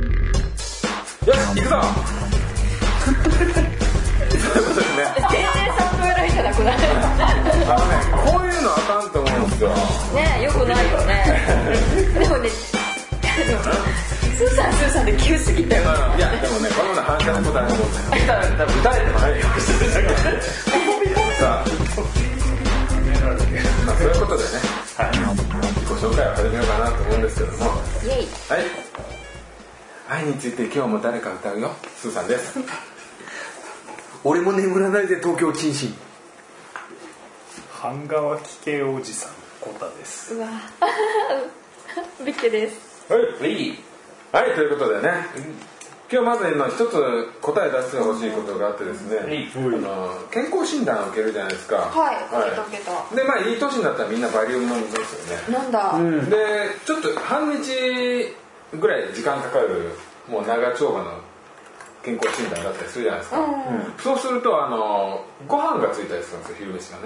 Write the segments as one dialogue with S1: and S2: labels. S1: よし、行くぞということでね、
S2: 全然サンプル入ってなくない
S1: あのね、こういうのあかんと思うんですよ。
S2: ねよくないよねでもねでもスーさんスーさんで急すぎたよね
S1: いや、でもね、このような反射のことあると思うんですよ。たら、多分打たれても早いよ。さあ、まあ、そういうことでね、自己紹介を始めようかなと思うんですけども、は
S2: イエイ
S1: い。愛について今日も誰か歌うよ、スーさんです。
S3: 俺も眠らないで東京謹慎
S4: 半川危険おじさんコタです
S2: うわビッケです
S1: はい、はい、ということでね、今日まず今一つ答え出してほしいことがあってですね、あの健康診断を受けるじゃないですか。
S2: はい受けた受
S1: で、まあいい年になったらみんなバリウム飲むんですよね。
S2: なんだ、
S1: で、ちょっと半日ぐらい時間かかるもう長丁場の健康診断だったりするじゃないですか。そうするとあのご飯がついたりするんですよ昼飯がね。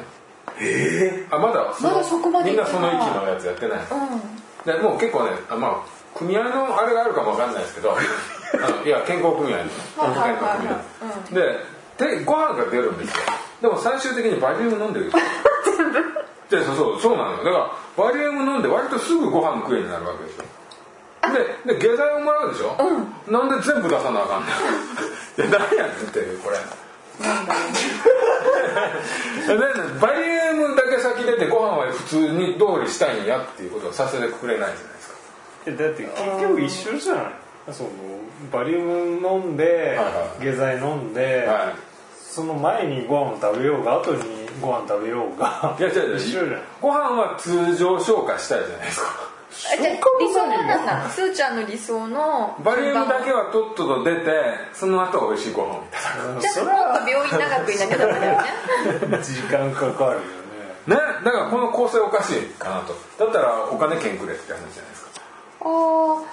S1: ええあまだの
S2: まだそこまで
S1: みん
S2: 行っ
S1: な
S2: て
S1: そ
S2: な
S1: の
S2: い
S1: 域のやつやってない。
S2: う
S1: でもう結構ねあまあ組合のあれがあるかもわかんないですけ どあのいや健康組合の
S2: はいはいはいはい
S1: 健康組合ででご飯が出るんですよでも最終的にバリウム飲んでる全部そうそうそうなのよだからバリウム飲んで割とすぐご飯食えになるわけですよでで下剤をもらうでしょ、なんで全部出さなあかんの いや何やねんっていうこ れでバリウムだけ先出てご飯は普通に通りしたいんやっていうことをさせてくれないじゃないですか
S4: だって結局一緒じゃないそのバリウム飲んで、
S1: はい
S4: 下剤飲んで、
S1: はい
S4: その前にご飯を食べようが後にご飯食べようが
S1: いや違う違う
S4: 一緒じゃん
S1: ご飯は通常消化したいじゃないですか
S2: あじゃあ理想はなんだスーちゃんの理想の
S1: バリウムだけはとっとと出てその後は美味しいご飯をいただ
S2: じゃあもっと病院長くいなきゃダメだよね
S4: 時間かかるよね
S1: くねだからこの構成おかしいかなとだったらお金券くれって話じゃないですか
S2: あ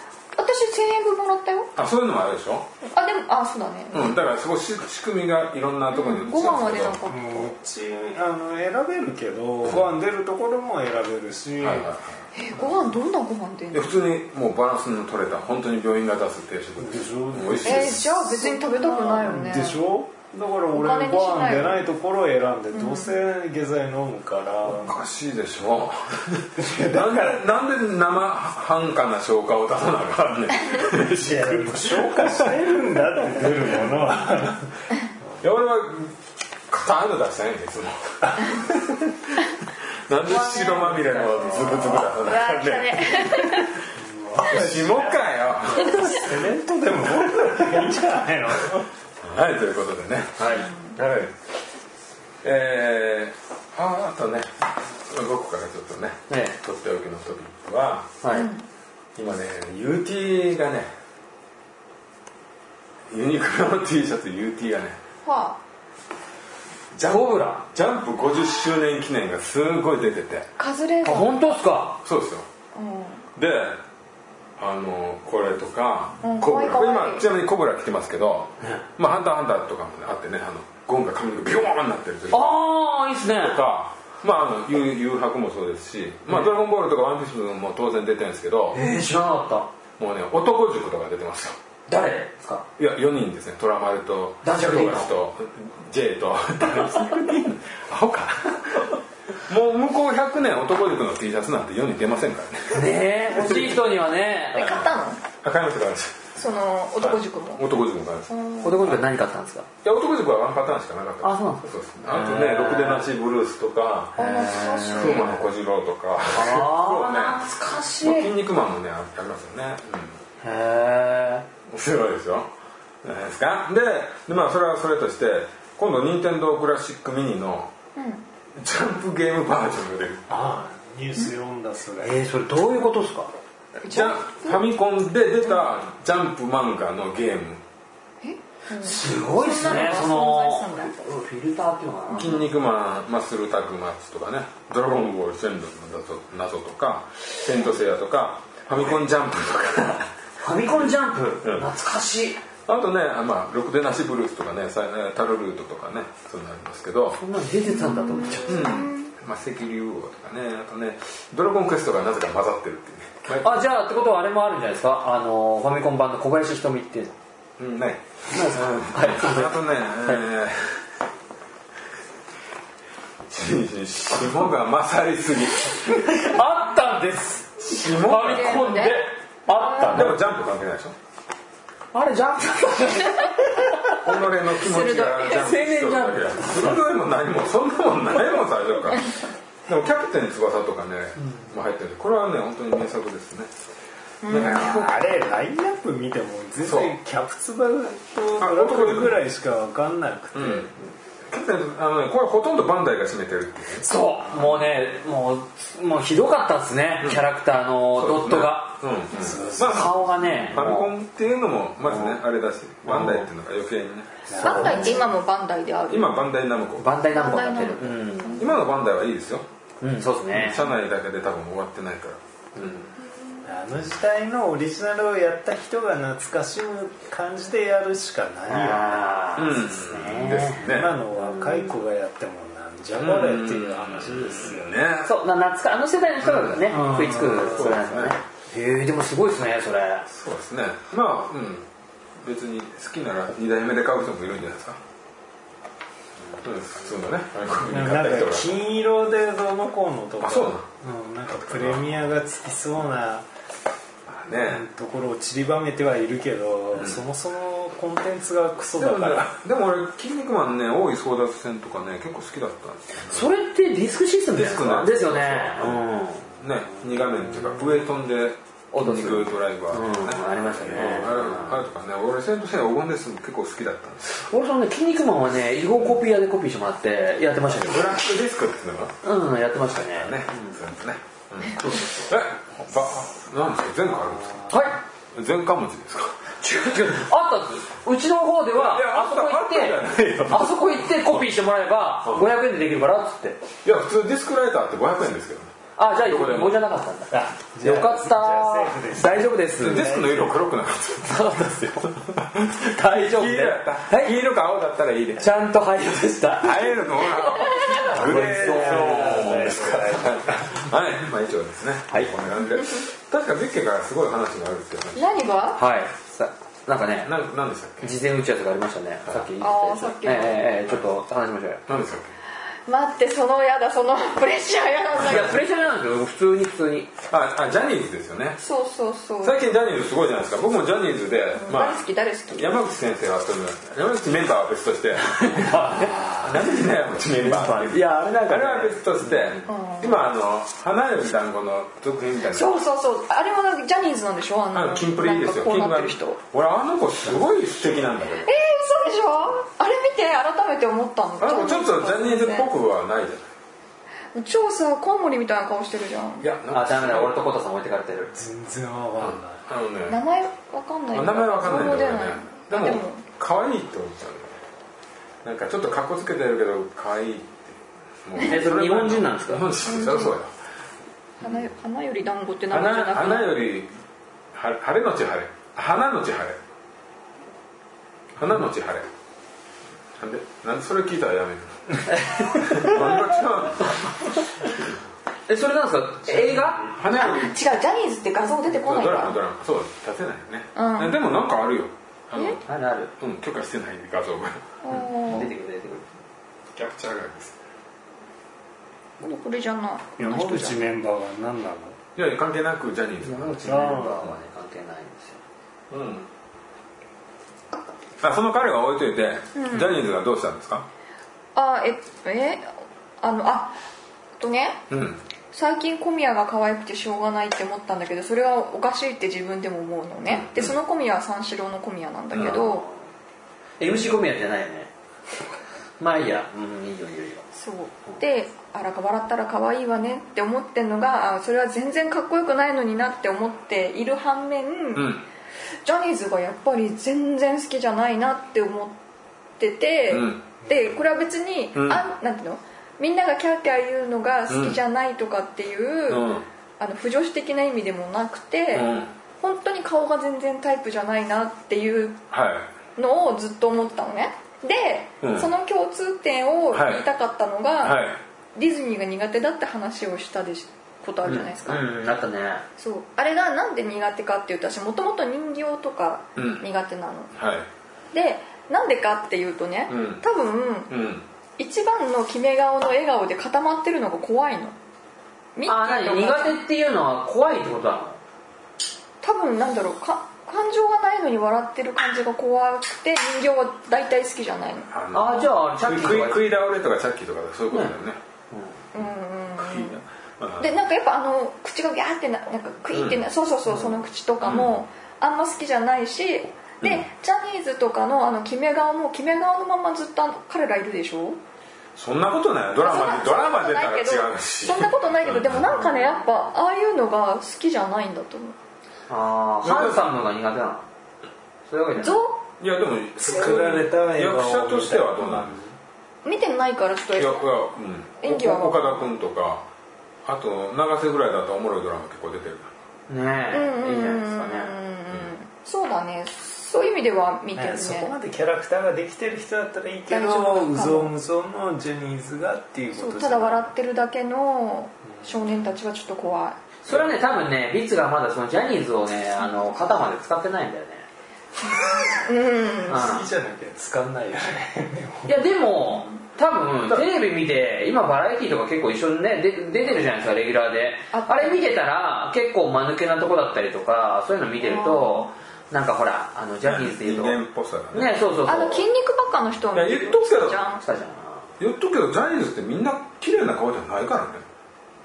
S2: あ私1000円分もらったよ
S1: あそういうのもあるでしょ、
S2: あでもあそうだね、
S1: うん、だからすごいし仕組みがいろんなところに
S2: ご飯は出な
S1: な
S2: かった、
S4: もううちあの選べるけどご飯出るところも選べるし、
S1: はいは
S2: えご飯どんなご飯出ん
S1: い、で
S2: の
S1: 普通にもうバランスの取れた本当に病院が出す定食で
S4: でしょ
S1: 美味しい
S2: え
S1: で
S2: ー
S1: す
S2: じゃあ別に食べたくないよね
S4: でしょだから
S2: お
S4: 俺
S2: 金にし
S4: ご
S2: ない
S4: 飯出ないところを選んで、どうせ下剤飲むか ら、
S1: おかしいでしょ なんでなんで生半可な消化を出さなあかんねん
S4: いや消化してるんだって出るものは
S1: いや俺は硬いの出したいん ですもんなんで白まみれのズブズブ出さ
S2: う
S1: な
S2: わ
S1: あか
S2: ー
S1: ん
S2: 来た
S1: ねん
S2: ね
S1: 霜かよ
S4: セメントでもいいんじゃないの
S1: はいということでねはい、はい、えー、ああとね僕からちょっとね
S3: ね
S1: とっておきのトピックは
S3: はい、
S1: 今ね UT がねユニクロの T シャツ UT がね
S2: は
S1: ジャオブラジャンプ50周年記念がすごい出てて
S2: あカズレー
S3: あ
S2: ザー
S3: 本当っすか
S1: そうですよ
S2: うん
S1: であのこれとか、
S2: うん
S1: コブラ
S2: 可
S1: これ
S2: 愛い可愛い
S1: 今ちなみにコブラ着てますけど「まあ、ハンターハンター」とかもあってねあのゴンが髪の毛ビョーンなってる時と
S3: ああいいっすね
S1: かまああの誘誘白もそうですし「まあ、ドラゴンボール」とか「ワンピースも当然出てるんですけど
S3: えー、知らなかっ
S1: もうね男塾とか出てますよ
S3: た誰ですか
S1: いや4人ですね虎丸と
S3: 男爵でいいの
S1: 富樫と J とア ホかもう向こう100年男塾の T シャツなんて世に出ませんからね
S3: ねえ欲しい人には
S2: え
S3: ね
S2: 買ったの
S1: あ買いました買いまし
S2: その男塾も、
S1: た男塾も買いました
S3: これこで何買ったんですか
S1: いや男塾はワンパターンしかなかった
S3: あそうなんです
S1: そうですあとね「ろくでなしブルース」とか「
S2: あ懐かしい
S1: 風魔の小次郎」とか
S3: あ
S1: 結
S2: 懐かしい
S1: 構ね「筋肉マン」もねあありますよね、
S3: へえ
S1: うん、面白いですよじゃないですかででまあそれはそれとして今度任天堂クラシックミニのジャンプゲームバージョンが出る
S4: ああニュース読んだすが
S3: えー、それどういうことですか
S1: じゃファミコンで出たジャンプ漫画のゲーム
S3: すごいっすね
S2: そ
S3: そ
S2: んなのが
S3: の
S2: 存在したんだ
S3: うんフィルターっていうのか
S1: 「筋肉マン」「マッスルタッグマッチ」とかね「ドラゴンボール」「千との謎」謎とか「セントセイヤ」とか「ファミコンジャンプ」とか
S3: なファミコンジャンプ、
S1: ん
S3: 懐かしい
S1: あとね、まあ、ろくでなしブルースとかね、さタルルートとかね、そういうのありますけど、
S3: こんなの出てたんだと思っちゃう、
S1: うんまあ、赤竜王とかねあとねドラゴンクエストがなぜか混ざってるっていうね、まあ
S5: あじゃあってことはあれもあるんじゃないですかあのファミコン版の小林瞳っていうの
S1: うん、ない
S5: はい
S1: あとね、えー、霜が勝りすぎ
S5: あったんです
S1: 霜
S5: フ
S1: が
S5: ァミコンであった
S1: で
S5: ね
S1: もジャンプ関係ないでしょ
S5: あれじゃん
S1: 己の気持ちがジャンプしてるだけだ鋭いも何もそんなもんないもん最初からでも「キャプテン翼」とかね、も入ってるこれはね本当に名作ですねね
S4: あれラインナップ見ても全
S1: そう
S4: 然キャプツバとドラゴンぐらいしか分かんなくて、
S1: キャプテンあのねこれはほとんどバンダイが占めてるっていうね
S5: そうもうねもうもうひどかったですね、キャラクターのドットが、
S1: うん、うんまあ
S5: 顔がね
S1: ファミコンっていうのもまずねあれだしバンダイっていうのが余計にね
S2: バンダイって今もバンダイである
S1: 今バンダイナムコ
S5: バンダイナムコになってる
S2: バンダ
S1: 今のバンダイはいいですよ
S5: うん、うん、そうですね
S1: 社内だけで多分終わってないから
S4: あの時代のオリジナルをやった人が懐かしむ感じでやるしかないよね
S5: あーそうです
S1: うん
S5: ね
S1: ですね
S4: 今の若い子がやってもなんじゃこれっていう話ですよ
S1: ね
S4: ね
S5: そうな懐かあの世代の人がね、食いつくそれなんですよねへえでもすごいですねそれ
S1: そうですねまあうん別に好きなら2代目で買う人もいるんじゃないですかうん普通のね
S4: なんか金色でどうのこうのとか
S1: あそうなの
S4: うんなんかプレミアがつきそうな
S1: ね
S4: ところを散りばめてはいるけど、そもそもコンテンツがクソ
S1: で
S4: だ
S1: もね
S4: から
S1: でも俺「キン肉マン」ね大井争奪戦とかね結構好きだったんですよ
S5: それってディスクシステムじゃないですか
S1: ディ
S5: ですよねうん
S1: ね2画面っていうか上飛んで
S5: おどんでくる
S1: 肉ドライバーとかね
S5: うんありましたね
S1: うんあれとかね俺戦闘シーン黄金です結構好きだったんですよ
S5: 俺そのね「筋肉マン」はね違法コピー屋でコピーしてもらってやってましたけ
S1: ブラックディスクっていうのかな
S5: どうんやってましたね
S1: ね、そうですね。え、ば、なんですか、前科あるんですか。
S5: はい
S1: 前科持ちですか。
S5: 違う違うあったんですうちの方ではい
S1: や
S5: あそこ行
S1: あったじゃない
S5: っ
S1: よ
S5: てあそこ行ってコピーしてもらえば500円でできるからっつって
S1: いや、普通ディスクライターって500円ですけどね。
S5: あじゃあ
S1: こでも
S5: 横じゃなかったんだ
S4: じゃあ
S5: よかっ
S4: じゃあセーフで
S5: た
S4: す
S5: 大丈夫です
S1: ディスクの色黒くなかった。
S5: そうですよ大丈夫
S1: 黄
S5: で
S1: 色やった。
S5: はい
S1: 黄色か青だったらいいです。
S5: ちゃんと配慮でした
S1: 入るのは。グレーゾーンですから。はい、まあ、以上ですね。
S5: はい
S1: こんな感じで。確かビッケからすごい話があるっていう
S2: 何が
S5: はいさなんかね
S1: 話。なん、なんでしたっけ。
S5: 事前打ち合わせがありましたねさっき言って
S2: あーさっき
S5: ええええちょっと話しましょうよ
S1: なんでしたっけ。
S2: 待ってそのやだそのプレッシャーやだ
S5: いやプレッシャーなんですよ普通に普通に
S1: あ、あ、ジャニーズですよね。
S2: そうそうそう
S1: 最近ジャニーズすごいじゃないですか。僕もジャニーズで、まあ
S2: 誰好。き誰好き
S1: 山口先生はその山口メンバーは別として なんでね山口メンバーって
S5: いやあれなん
S1: あ
S5: か
S1: れは
S5: ね
S1: 別として、今あの花より団子の続編みたいな
S2: そうそうそうあれもジャニーズなんでしょあ
S1: あ
S2: の
S1: のキンプリですよ
S2: なんかこう
S1: キ
S2: な
S1: ン
S2: っ
S1: プ
S2: てる人えー、
S1: 俺あの子すごい素敵なんだけど
S2: 嘘でしょあれ見て改めて思ったの
S1: あの子ちょっとジャニーズっぽくはないじゃない
S2: 超さコウモリみたいな顔してるじゃん
S1: いやなん
S5: あ
S1: か
S5: ダメだ俺とコタさん置いてかれてる
S4: 全然わかんない
S1: あの
S2: 名
S1: ね
S2: 前わかんない
S1: 名前わかんないんだよね
S2: 想像出
S1: で
S2: ないあで
S1: も
S2: も
S1: 可愛いって思っちゃうんだよねなんかちょっとかっこつけてるけど可愛いってもう
S5: えそれ日本人なんですか
S1: 日本人でしょそうよ
S2: 花よ花より団子って名前じゃ
S1: 花
S2: なく
S1: 花
S2: て
S1: よりは晴れのち晴れ花のち晴れ花のち晴れなんでなんでそれ聞いたらやめるの 何が違うの
S5: えそれなんですか映画
S1: 花よ
S2: 違
S1: り
S2: うジャニーズって画像出てこない
S1: ド
S2: か
S1: ラマド
S2: ら
S1: ラマそう立てないよね、
S2: う
S1: でもなんかあるよあの
S5: あるある
S1: うん許可してない画像が
S2: お
S5: 出
S2: ー
S5: てくる出てくる
S1: キャプチャーがです
S2: これこれじゃない
S4: 山口メンバーは何なの
S1: いやいや関係なくジャニーズ
S5: 山口メンバーはね関係ないんですよ
S1: うんあその彼は置いといて、ジャニーズがどうしたんですか
S2: あええあのあえっとね
S1: うん
S2: 最近小宮が可愛くてしょうがないって思ったんだけどそれはおかしいって自分でも思うのねでその小宮は三四郎の小宮なんだけど、
S5: MC コミヤじゃない よねまあいいやうんいいよいいよいいよ
S2: そうであらか笑ったら可愛いわねって思ってんのがあそれは全然かっこよくないのになって思っている反面、
S1: うん
S2: ジャニーズがやっぱり全然好きじゃないなって思ってて、
S1: うん
S2: でこれは別に、
S1: うん
S2: あなんていうのみんながキャーキャー言うのが好きじゃないとかっていう、
S1: うん
S2: あの不女子的な意味でもなくて、
S1: うん
S2: 本当に顔が全然タイプじゃないなっていう
S1: はい
S2: のをずっと思ったのねで、
S1: うん
S2: その共通点を言いたかったのが、
S1: はい
S2: ディズニーが苦手だって話をしたでしことあるじゃないですか、
S5: うんあったね
S2: そうあれがなんで苦手かっていうと私もともと人形とか
S1: うん
S2: 苦手なの、
S1: はい
S2: でなんでかっていうとね、
S1: うん
S2: 多分
S1: うん
S2: 一番の決め顔の笑顔で固まってるのが怖いのミ
S5: あ
S2: ッキ
S5: 何
S2: ーと
S5: 苦
S2: か
S5: 手っていうのは怖いってことなの
S2: 多分なんだろうか感情がないのに笑ってる感じが怖くて人形は大体好きじゃないの
S1: あ
S5: あじゃあチャッキー
S1: 食い
S5: とか
S1: 食い倒れとかチャッキーとかそういうことだよね、
S2: うんうんうん
S1: いいなあー
S2: でなんかやっぱあの口がギャーってななんかクイーってな、そうそうそうその口とかもあんま好きじゃないしで、ジャニーズとかのあの決め顔も決め顔のままずっとあの彼らいるでしょ
S1: そんなことないよドラマで
S2: そ
S1: ド
S2: んな
S1: ラマ出たら違
S2: そんなことないうけ
S1: し
S2: どそんなことないけどでもなんかねやっぱああいうのが好きじゃないんだと思う
S5: ああハンサムが苦手なのそういうわけじゃ
S2: ゾ
S5: ない
S1: いやでも
S4: 作られた映画を
S1: 役者としてはどうなんです
S2: 見てないからちょっと
S1: かいやいや、うん、
S2: 演技は
S1: 岡田君とかあと永瀬ぐらいだとおもろいドラマ結構出てる
S5: ね
S2: うん
S5: え
S2: う
S5: いい
S2: ん
S5: じ
S2: う
S5: ゃ
S2: んう
S5: ないで
S2: ん
S5: すかね
S2: そうだねそういう意味では見てる
S4: ね
S2: ね
S4: そこまでキャラクターができてる人だったらいいけ
S2: 大丈夫か
S4: ど
S2: も
S4: うぞうむぞうのジャニーズがっていう
S2: そ
S4: こ
S2: う
S4: と
S2: ただ笑ってるだけの少年たちはちょっと怖い
S5: それはね多分ねビッツがまだそのジャニーズをねあの肩まで使ってないんだよね
S2: うん
S5: うん
S4: 好きじゃなきゃ使んないよね
S5: いやでも多分テレビ見て今バラエティとか結構一緒にねで出てるじゃないですかレギュラーで
S2: あ
S5: あれ見てたら結構間抜けなとこだったりとかそういうの見てるとなんかほらあのジャニーズっていう
S1: 人
S5: と
S1: 間っ
S5: ね
S1: ぽさがね
S5: そうそうそう
S2: あの筋肉ばっかの人は見
S1: いや
S2: る
S1: 言っとくけど
S2: じゃん
S5: したじゃん
S1: 言っとくけどジャニーズってみんな綺麗な顔じゃないからね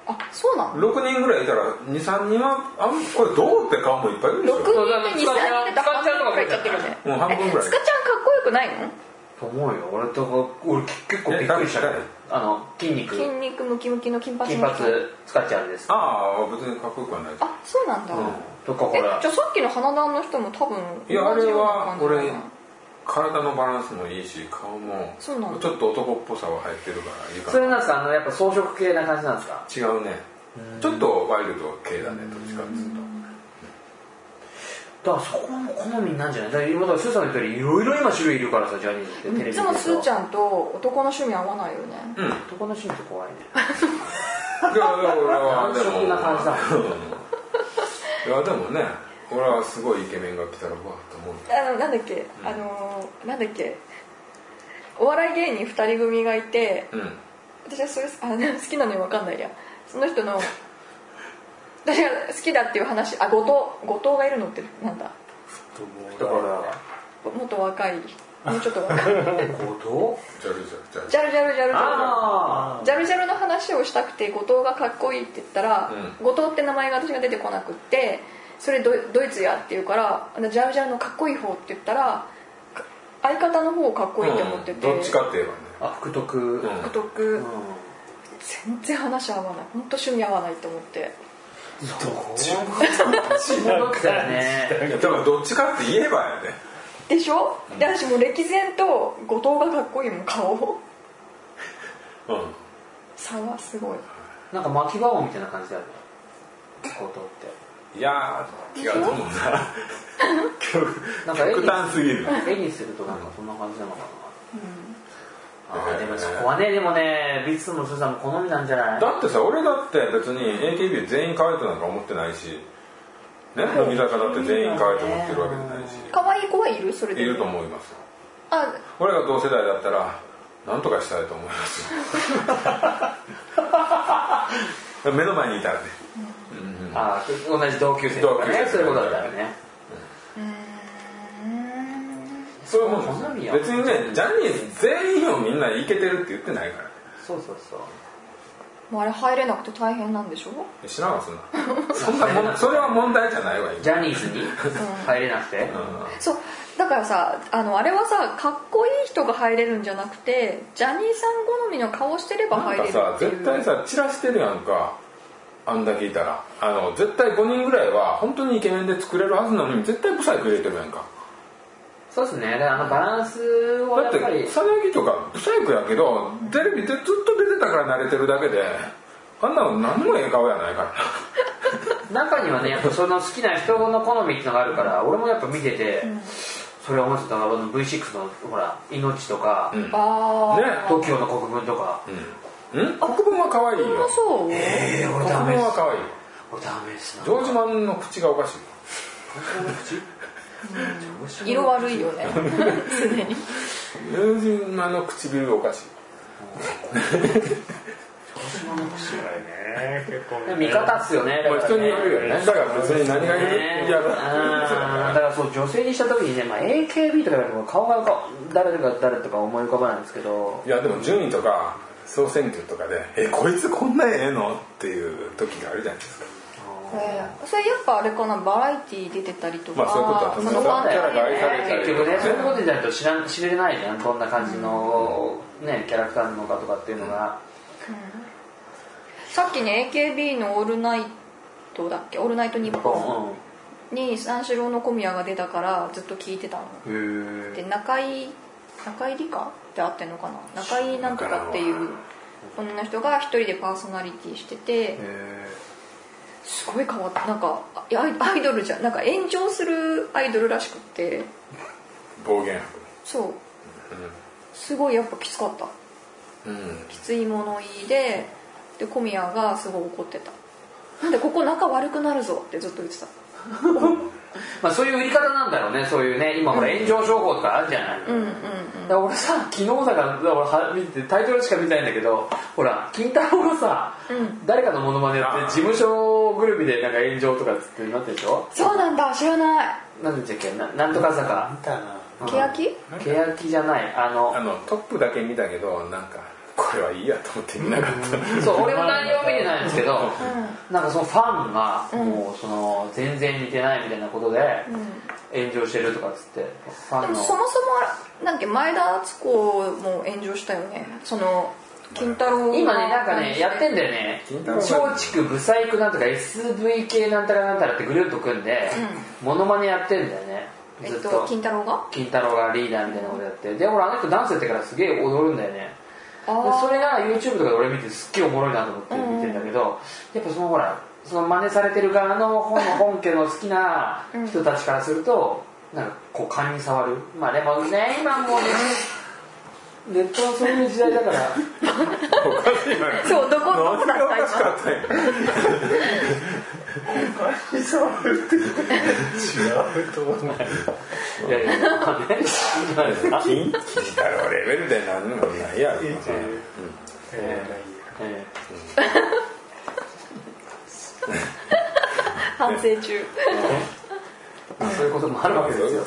S2: あそうなの
S1: 6人ぐらいいたら23人はあんこれどうって顔もいっぱいいるでし
S2: 6
S1: ょ
S2: 人で23人で半分くらいいっちゃってるよね
S1: もう半分ぐ
S2: え
S1: らい
S2: スカちゃんかっこよくないの
S5: と思うよ俺とか俺結構びっくりしたけど
S1: え
S5: あの筋肉
S2: 筋肉ムキムキの金髪
S5: 金
S2: の
S5: 髪
S2: 人
S5: 使っちゃうんです
S1: ああ別にかっこよくはない
S2: あそうなんだ、
S5: うんとかほ
S2: え
S5: ら
S2: じゃあさっきの花壇の人も多分
S1: いやあ
S2: 同じ
S1: れ
S2: ような
S1: は
S2: 感じだな
S1: 俺体のバランスもいいし顔もち
S2: そうなの
S1: ょっと男っぽさは入ってるからいい
S5: そ
S1: か
S5: れなんですかあのやっぱ装飾系な感じなんですか
S1: な違うねちょっとワイルド系だねどっちかっていうと
S5: だからそこはもう好みなんじゃないだから今だからスーさんの言ったようにいろいろ今種類いるからさジャニーズってテレビで
S2: いつもスーち
S5: ん
S2: ゃんと男の趣味合わないよね
S1: うん
S5: 男の趣味って怖いね
S1: いやいや俺はで
S5: 安
S1: も
S5: 直な感じだ
S1: うんいやでもね俺はすごいイケメンが来たらうわっと思う
S2: あのなんだっけ、あのーなんだっけお笑い芸人2人組がいて
S1: うん
S2: 私はそれあの好きなのに分かんないやその 人の私が好きだっていう話あ後藤後藤がいるのってなんだ
S5: だから
S2: もっと若いもうちょっと若い
S5: 後
S1: ジャルジャルジャル
S2: ジャルジャルジャル
S5: 藤
S2: ジャル
S5: あ
S2: ジャルジャルの話をしたくて後藤がかっこいいって言ったら、
S1: う
S2: 後藤って名前が私が出てこなくってそれドドイツやって言うからあのジャルジャルのかっこいい方って言ったらか相方の方をかっこいいって思ってて、
S1: うんどっちかって言えばね
S5: ああ福徳うん
S1: ん
S2: 独特、全然話合わない本当趣味合わないと思って
S5: 戻ったよね
S1: いやだからどっちかって言えばやね
S2: でしょ、で私もう歴然と後藤がかっこいいもん顔
S1: うん
S2: 差はすごい
S5: なんか巻き場王みたいな感じだよね後藤っ
S1: いやー違う と思うな極
S5: なんか絵に
S1: 極端すぎる
S5: て絵にするとなんかそんな感じなのかな、ああでもそこはねでもねビッツもスーさんも好みなんじゃない
S1: だってさ俺だって別に AKB 全員可愛いとなんか思ってないし、ね、乃木坂だって全員可愛いと思ってるわけじゃないし
S2: 可愛い子はいるそれで
S1: いると思いますよ
S2: あ
S1: 俺が同世代だったら何とかしたいと思います よ目の前にいたらね
S5: ああ同じ同級生とかね
S1: 同級生
S5: そういうことだったらね
S2: うーん
S1: そういうもん
S5: 好み
S1: で
S5: よ
S1: す別にねジャニーズ全員をみんなイケてるって言ってないからね
S5: そうそうそう
S2: もうあれ入れなくて大変なんでしょ
S1: 知らんわそんな そんなもんそれは問題じゃないわ今
S5: ジャニーズに入れなくて、
S2: そうだからさあのあれはさかっこいい人が入れるんじゃなくてジャニーさん好みの顔してれば
S1: なん
S2: 入れ
S1: か
S2: る
S1: さ
S2: っていう
S1: 絶対さ散らしてるやんかあんだけいたらあの絶対5人ぐらいは本当にイケメンで作れるはずなのに絶対ブサイク入れてるやんか
S5: そうですねだからあのバランスを
S1: だ
S5: や
S1: っ
S5: ってぱり
S1: 草薙とかブサイクやけどテレビでずっと出てたから慣れてるだけであんなの何もええ顔やないから
S5: 中にはねやっぱその好きな人の好みっていうのがあるから俺もやっぱ見てて、それは思ってたのがあの V6 のほら「命」とか
S1: うん
S5: 「
S2: あー
S1: ね
S5: TOKIO、の国分」とか、
S1: ん国分は可愛い
S2: これも
S1: よ
S2: そう
S5: ええ俺
S1: 国
S5: ダメ
S1: 分
S5: で
S1: は
S5: す
S1: 可愛いよ
S5: 俺ダメですな
S1: ジョージマンの口がおかしい
S2: 色悪いよ ね常に
S1: ジョージマンの唇がおかしい
S4: ね結構
S5: 味方っすよねだ
S1: まあ
S5: から
S1: 人に
S5: ね
S1: よるよねだから別に何がいる
S5: ね
S1: いや
S5: あーだからそう女性にした時にね、まあ、AKB とかよりも顔が浮か誰が誰とか思い浮かばないんですけど
S1: いやでも順位とか総選挙とかで「えこいつこんなええの?」っていう時があるじゃないですか
S2: えーそれやっぱあれかなバラエティー出てたりとか、
S1: まあそういうことだと思う
S2: そのファ
S1: キ
S2: ン
S1: ャ
S2: タ
S1: ラが愛されたり
S5: 結局ねそういうことじゃないと知らん知れないじゃんどんな感じの、ね、キャラクターなのかとかっていうのが、
S2: さっきね AKB の「オールナイト」だっけ「オールナイトニッポン
S5: うん」
S2: に三四郎の小宮が出たからずっと聞いてたので中井中井理香って合ってんのかな中井なんとかっていう女の人が一人でパーソナリティしててすごい変わったなんかあいやアイアイドルじゃなんか炎上するアイドルらしくって
S1: 暴言
S2: そうすごいやっぱきつかった
S1: うんうん
S2: きつい物言いでで小宮がすごい怒ってたなんでここ仲悪くなるぞってずっと言ってた
S5: まあ、そういう売り方なんだろうねそういうね今ほら炎上商法とかあるじゃない、
S2: うんうんうん
S5: だから俺さ昨日だから俺は見てタイトルしか見たいんだけどほら金太郎がさ、
S2: うん
S5: 誰かのモノマネやって事務所グループでなんか炎上とかっつってなってるでしょ
S2: そうなんだ知らない
S5: なんでしたっけななんとか
S4: 見
S5: 坂
S4: たな
S2: 欅
S5: ケヤキじゃないあの
S1: あのトップだけ見たけどなんかこれはいいやと思って見なかった
S5: そう俺も内容見てないんですけど、
S2: う
S5: なんかそのファンがもうその全然似てないみたいなことで炎上してるとかっつってファ
S2: で
S5: ン
S2: も
S5: の
S2: そもそもあれなんだっけ前田敦子も炎上したよねその金太郎が
S5: 今ねなんかねやってんだよね
S1: 金太郎が
S5: 松竹ブサイクなんとか SV 系なんたらなんたらってグループ組んで、モノマネやってんだよね
S2: え
S5: ず
S2: っ
S5: っと、
S2: と金太郎が
S5: 金太郎がリーダーみたいなことやってで俺あの人ダンスやってからすげえ踊るんだよね
S2: あ
S5: で
S2: ー
S5: それが YouTube とかで俺見てすっげえおもろいなと思って見てんだけど、やっぱそのほらその真似されてる側の本の本家の好きな人たちからすると、なんかこう勘に触るまあでもね今もうねネットはそういう時代だから
S1: おかしいな
S2: そうどこどこだ
S1: 何がおか
S2: っ
S1: したか
S2: 今
S1: ったんや
S5: いやいやまあねいいんじゃないですか
S1: 金金太郎レベルで何でもないやろ
S5: えーえ
S2: 反省中
S5: ーまあそういうこともあるわけですよ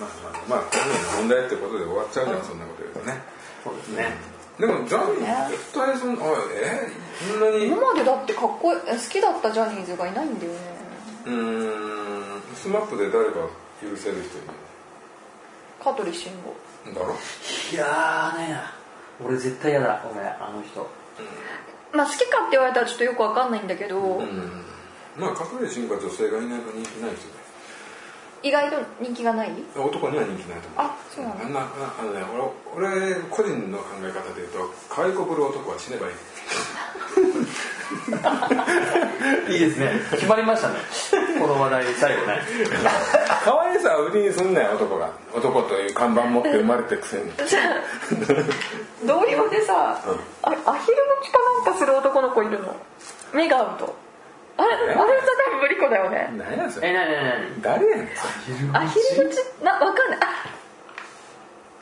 S1: まあまあまあこういうの問題ってことで終わっちゃうじゃんそんなこと言うとね
S5: そうですね
S1: でもジャニー絶対そんなあえそんなに
S2: 今までだってかっこいい好きだったジャニーズがいないんだよね
S1: うーんスマップで誰か許せる人い
S2: 香取慎吾
S1: るだろ
S5: いやーねえな俺絶対嫌だ俺あの人
S2: まあ好きかって言われたらちょっとよくわかんないんだけど、
S1: うんまあ隠れ進化女性がいないと人気ない人
S2: 意外と人気がない
S1: だ よ男には人気ないと思う
S2: あそうなんだ
S1: あんなああのね俺俺個人の考え方で言うと可愛いこぶる男は死ねばいい
S5: いいですね決まりましたねこの話題最後ね
S1: 可愛さを売りにすんなよ男が男という看板持って生まれてくせ に
S2: じゃあ同僚でさ、あアヒルの血かなんかする男の子いるの目が合うとあれあれじゃ多分ブリコだよね
S1: 何やそ
S5: え
S1: れ
S5: なになになに
S1: 誰やねん
S2: アヒルの血なわかんない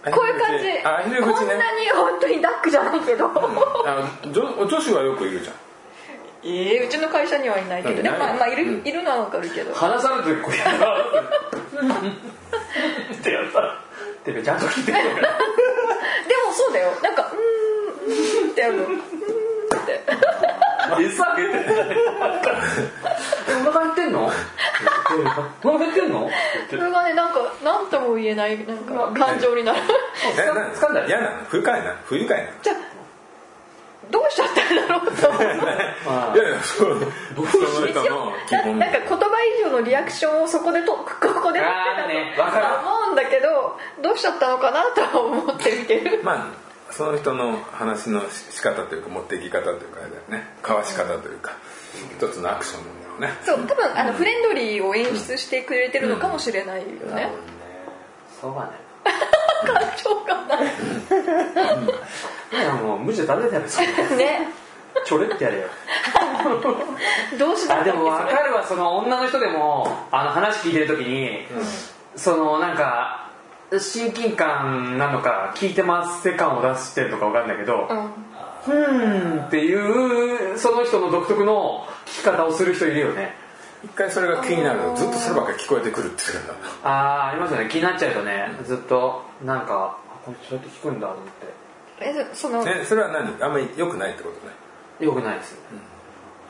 S2: あこういう感じ
S1: あアヒル
S2: こ
S1: 口
S2: ん
S1: ね
S2: なに本当にダックじゃないけど、
S1: あ女女子はよくいるじゃん
S2: ええうちの会社にはいないけどね
S1: うん
S2: まあ、まあ、い
S1: う
S2: る
S1: ん
S2: いるのはわかるけど
S5: 話されてる子やなってやったてめえちゃんと聞い てるのか
S2: でもそうだよなんかうーんうーんってやるのうーんって
S5: 餌あげてえお腹減ってんのお腹減ってんの
S2: それがねなんか何とも言えないなんか感情になる
S1: えな
S5: つかんだよ
S1: 嫌なの不愉快な不愉快な
S2: じゃあどうしちゃったんだろうと思って
S5: あ
S1: いやいやそう僕の
S2: 一
S1: 人
S2: 応
S1: の基
S2: な
S1: 本
S2: なんか言葉以上のリアクションをそこでとここで取って
S5: あーねわかる
S2: たと思うんだけどどうしちゃったのかなとは思って見てる
S1: まあその人の話のし仕方というか持っていき方というかあれだよねかわし方というか一つのアクションなんだろうね
S2: そう多分あのフレンドリーを演出してくれてるのかもしれないよね
S5: そうかね
S2: 感情がない
S5: やもう無じゃダメだよそれ
S2: ね
S5: ちょれってやれよ
S2: どうし
S5: あ
S2: た
S5: で
S2: ら
S5: も分かるわその女の人でもあの話聞いてる時に、そのなんか親近感なのか聞いてますって感を出してるのか分かんないけど
S2: うん
S5: 「ふーん」っていうその人の独特の聞き方をする人いるよね
S1: 一回それが気になるとずっとそればっかり聞こえてくるって言うんだ
S5: ああーありますよね気になっちゃうとねずっとなんかあこいつそうやって聞くんだと思っ
S2: えその
S1: えそれは何あんまり良くないってことね
S5: てよくないですよね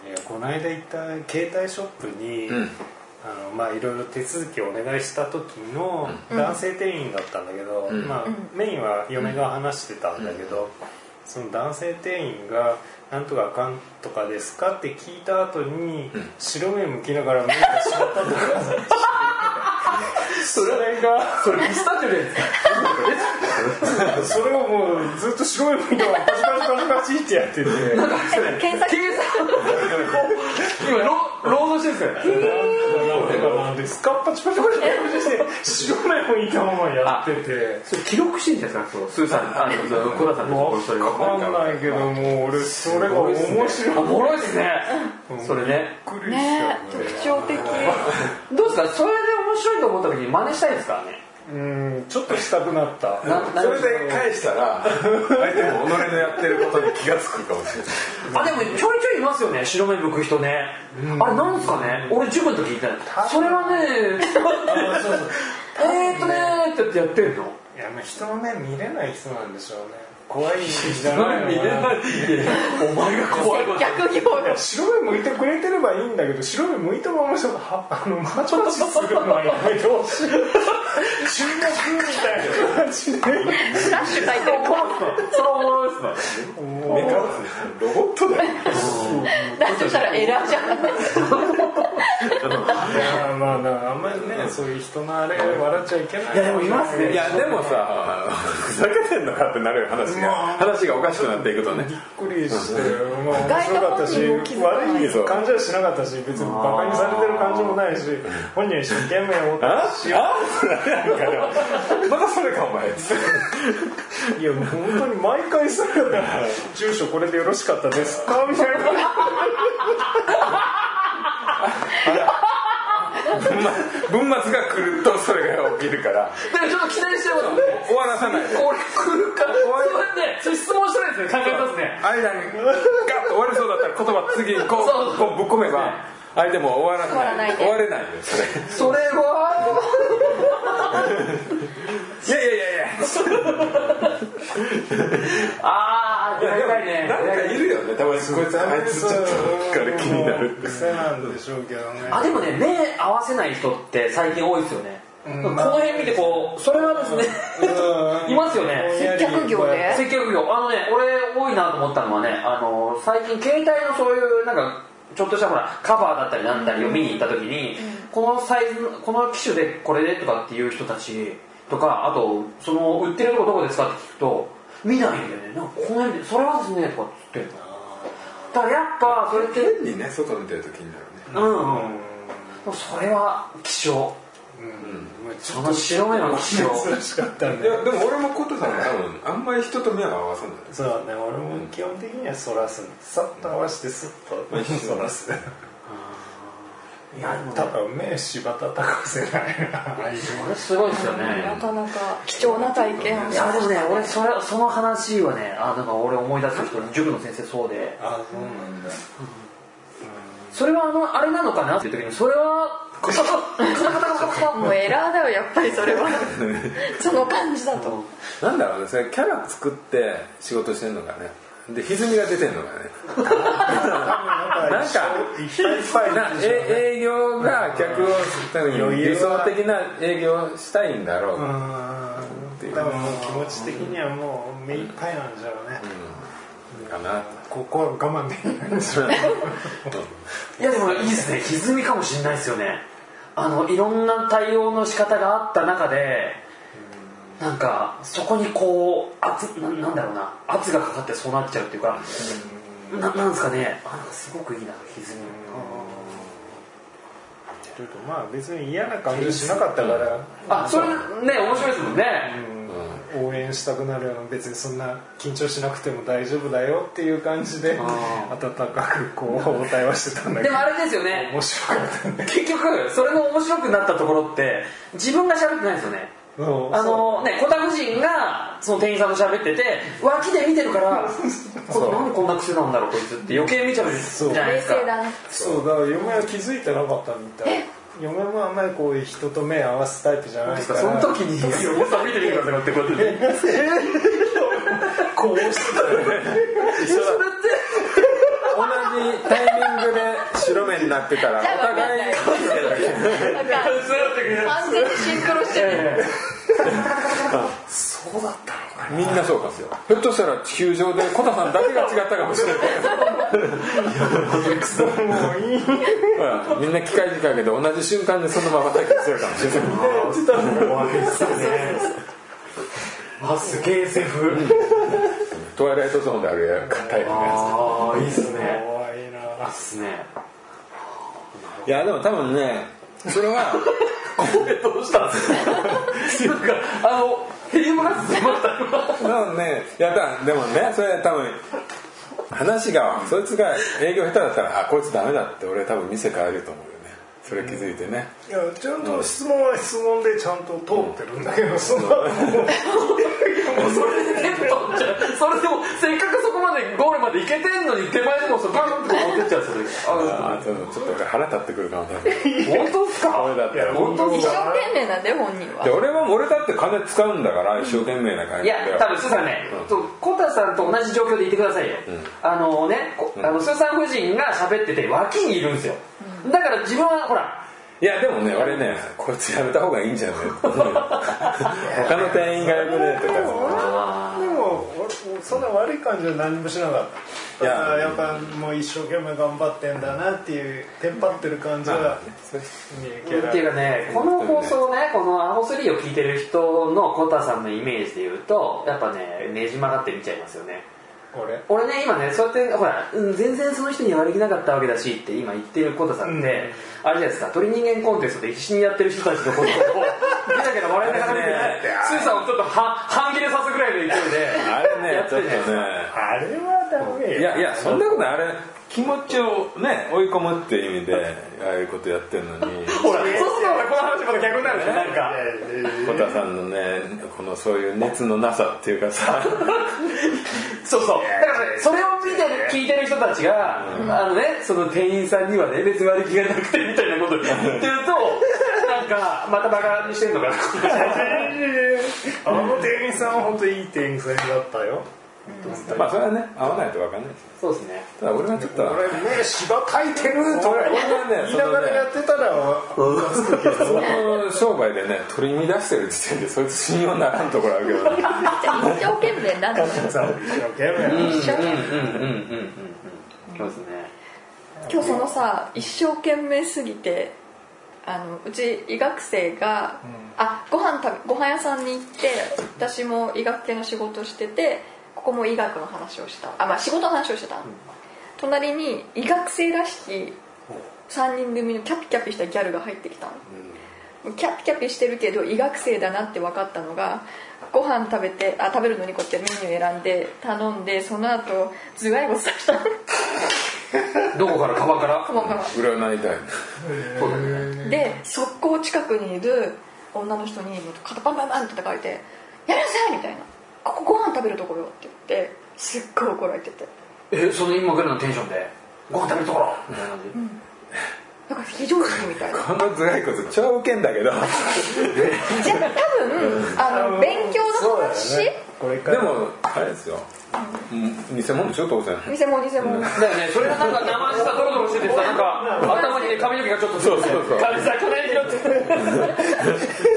S4: いやこの間行った携帯ショップに、
S1: うん
S4: あのまあいろいろ手続きをお願いした時の男性店員だったんだけど、
S1: ん
S4: まあ、メインは嫁が話してたんだけど、その男性店員が「なんとかかんとかですか?」って聞いた後に、白目向きながら目がしまったとかそれが
S5: それピスタチオですか
S4: それをもうずっと白目向きながらパチパチパチパチってやっててなんか
S2: 検索
S5: 今ロ労働してるんですよね
S4: なんですかパチパチパチパチパチって白目向いたままやってて。
S5: それ記録してんじゃないですかそのスーさんあのその小田さんのところそれ
S4: わかんないけどもう俺それが面白い
S5: あおもろいですねそれね
S4: びっくりしち
S2: ね
S4: ゃう
S2: 特徴的
S5: どうですかそれで面白いと思った時に真似したいですからね
S4: うんちょっとしたくなった
S5: なな
S1: それで返したら相手も己のやってることに気が付くかもしれない
S5: あでもちょいちょいいますよね白目向く人ねあれなんですかね俺塾の時聞いたのそれはねえーっとねーってやってやってんの
S4: いやまあ人の目見れない人なんでしょうね怖いんじゃないの
S5: 見れ
S4: か
S5: ない
S4: な
S5: お前が怖いこと
S2: 逆業
S4: いや白目向いてくれてればいいんだけど白目向いたままちょっとはあのマチマチするのはやめてほしい注目みたいな感じで
S2: フラッシュ書いてる
S5: それおもろいっすね
S1: 目隠すロボットだよ
S2: だとしたらエラーじゃん
S4: いやまあなんかあんまりねそういう人のあれ笑っちゃいけない
S5: いやでもいますね
S1: いやでもさふざけてんのかってなるよ話が話がおかしくなっていくとね
S4: びっくりして、まあ、面
S2: 外
S4: 白かった
S2: と本
S4: し
S2: 人も気づかない
S4: 悪い感じはしなかったし別にバカにされてる感じもないし本人は一生懸命思って
S1: ああなんかねまたそれかお前
S4: いやもう本当に毎回それだから「住所これでよろしかったですか?」みたいな
S1: 文末が来るとそれが起きるから
S5: でもちょっと期待してることね
S1: 終わらさない
S5: 俺来るからそれねそれ質問してないですね考えますね
S1: 間にガッと終わりそうだったら言葉次にこうこうぶっ込めば相手も終わらない
S2: 終
S1: 終
S2: わ
S1: われないよそれ
S5: それは い
S1: やいやいやいや
S5: ああやりたいね
S1: なんかいるよねたまにこいつあいつちょっとから気になるって
S4: 癖なんでしょうけどね
S5: あでもね目合わせない人って最近多いですよね、この辺見てこうそれはですねいますよね
S2: 接客業で
S5: 接客業あのね俺多いなと思ったのはねあの最近携帯のそういうなんかちょっとしたほらカバーだったりなんだりを見に行った時に、このサイズのこの機種でこれでとかっていう人たちとかあとその売ってるとこどこですかって聞くと見ないんだよねなんかこの辺でそれはですねとかって言ってんのだからやっぱそれって
S1: 変にね外見てると気になるね
S5: うん、うん、それは希少
S4: うんちょ
S5: そ
S4: っ
S5: の白目の希少
S4: と珍しかったん
S1: い
S4: で
S1: やでも俺もコトさんも多分あんまり人と目は合わさない
S4: そうだね俺も基本的にはそらすさっと合わせてスッとそらす
S5: いやでも
S4: ただ目柴田高瀬ないなああいう
S5: これすごいですよね
S2: なかなか貴重な体験
S5: い やでもね俺それその話はねあなんか俺思い出す人に塾の先生そうで
S4: あそうなんだ
S5: それはあのあれなのかなっていう時にそれはカタカタカタカタカタ
S2: もうエラーだよやっぱりそれはその感じだと
S1: なんだろうねそれキャラ作って仕事してんのかねで歪みが出てんのかね
S4: なんかいっぱいいっぱい
S1: な
S4: なんでしょうね
S1: え営業が客を多分
S4: 余裕
S1: 理想
S4: は
S1: 的な営業したいんだろう、
S4: うん多分もう気持ち的にはもう目いっぱいなんじゃろうね、
S1: かな
S4: ここは我慢できないんですよ
S5: いやでもいいですね歪みかもしれないですよねあのいろんな対応の仕方があった中でなんかそこにこう圧ななんだろうな圧がかかってそうなっちゃうっていうかななんですかねあなんかすごくいいな歪み
S4: ちょっとまあ別に嫌な感じしなかったから
S5: あそれね面白いですもんね
S1: うん
S4: 応援したくなるような別にそんな緊張しなくても大丈夫だよっていう感じで
S5: あ
S4: 温かくこう対話してたんだけ
S5: で
S4: ど
S5: もあれですよね
S4: 面白かったね
S5: 結局それの面白くなったところって自分が喋ってないんですよね
S4: そう
S5: あのね、コタ夫人がその店員さんと喋ってて脇で見てるからこれなんでこんな癖なんだろうこいつって余計見ちゃうじゃない
S2: 冷
S5: ですか
S2: 静だね
S4: そうだから嫁は気づいてなかったみたい嫁もあんまりこう人と目合わすタイプじゃないから
S5: その時に嫁さん見てみてくださいってこうやってね
S4: こうしてたよね
S1: じタイミングで白目になってたらお
S2: じゃあ分かん
S1: 互
S2: ないいなんか完全にシンクロしてる
S1: みんなそうかですよひょっとしたら地球上でコタさんだけが違ったかもし れないうんみんな機械時間で同じ瞬間でそのまま体験するかもしれない
S4: あすげえセフ
S1: トワイライトゾーンであるやタイプのや
S5: ああいいっす
S4: 怖
S5: ね
S4: いない
S5: っすね
S1: ついやでも多分ねそれは
S5: どうしたんです かなんかあのヘリウムガス詰まった
S1: 多分ねいやだでもねそれ多分話がそいつが営業下手だったらあこいつダメだって俺多分店変えると思うよねそれ気づいてね、
S4: いやちゃんと質問は質問でちゃんと通ってるんだけどその
S5: それでテンポ取っちゃうそれでもせっかくそこまでゴールまで行けてんのに手前でもそれバンって持ってっちゃうそれあ
S1: あーちょっとちょっと俺腹立ってくるかも多分
S5: 本当っすか
S1: 俺だったら
S5: 本当っ
S2: 一
S5: す
S2: 生
S5: か
S2: 懸命なんで本人
S1: で
S2: は
S1: 俺は俺だって金使うんだから一生懸命な感
S5: い
S1: じで
S5: や多分スーさんね、そうコタさんと同じ状況でいてくださいよ、あのねこあのスーさん夫人が喋ってて脇にいるんですよ、だから自分はほら
S1: いやでもね俺ねこいつやめた方がいいんじゃない 他の店員がよくねとか
S4: でも俺そんな悪い感じは何もしなかっ
S1: い
S4: たい
S1: や
S4: ややっぱもう一生懸命頑張ってんだなっていうテンパってる感じは見
S5: っ
S4: 受けら
S5: て
S4: れ
S5: いう
S4: る
S5: かねこの放送ねこの「アホ3」を聞いてる人のコタさんのイメージで言うとやっぱねねじ曲がって見ちゃいますよね
S4: 俺
S5: 俺ね今ねそうやってほら、うん全然その人には悪気なかったわけだしって今言ってるコタさんって、あれじゃないですか鳥人間コンテストで必死にやってる人たちのことをだけど笑 いながら見ててスーさんをちょっとは半切れさすぐらいの勢いで
S1: あれね
S5: やっ
S1: ち
S5: て
S1: ょっ
S5: る
S1: と
S5: じゃ
S1: ね
S5: ないですか
S4: あれはダメよ
S1: いやいやそんなことないあれ気持ちをね追い込むっていう意味でああいうことやってるのに
S5: ほらそうすると俺この話また逆になるねなんか
S1: 小田さんのねこのそういう熱のなさっていうかさ
S5: そうそうだからねそれを見て聞いてる人たちが、あのねその店員さんにはね別に悪気がなくてみたいなことを言ってるとなんかまたバカにしてんのかな
S4: あの店員さんは本当いい店員さんだったよ
S1: まあそれはね合わないと分かんないです
S5: そうですね
S1: ただ俺はちょっと
S4: 俺目芝かいてるとか
S1: 俺はね
S4: 言いながらやってたら
S1: その商売でね取り乱してる時点でそいつ信用ならんところあるけどね
S2: 一生懸命なんで
S4: さあ一生懸
S5: うんうん
S4: 命
S5: うんうんうんうんうんそうですね
S2: 今日そのさ一生懸命すぎてあのうち医学生が、あご飯食べご飯屋さんに行って私も医学系の仕事をしててここも医学の話をしたあまあ仕事の話をしてた、隣に医学生らしき3人組のキャピキャピしたギャルが入ってきたの、キャピキャピしてるけど医学生だなって分かったのがご飯食べてあ食べるのにこうやってメニュー選んで頼んでその後頭蓋骨出したの
S5: どこから川から
S2: カバンから
S1: 占いたい
S5: そうだね
S2: で速攻近くにいる女の人に肩パンパンパンって叩かれて「やめなさい!」みたいな「ここご飯食べるとこよ」って言ってすっごい怒られてて
S5: えその今ぐらいのテンションでご飯食べるところみたいな感じ
S2: なんか非常識みたいな
S1: この頭蓋骨超ウケんだ けど
S2: じゃ多分あの勉強の話、
S4: これか
S1: で
S4: ら
S1: もあれですよ、うん、偽物超当然
S2: 偽物偽物
S5: だよねそれがなんか生地さドロドロしててさなんか頭にね髪の毛がちょっとそう
S1: そうそう
S5: 髪さ去年拾って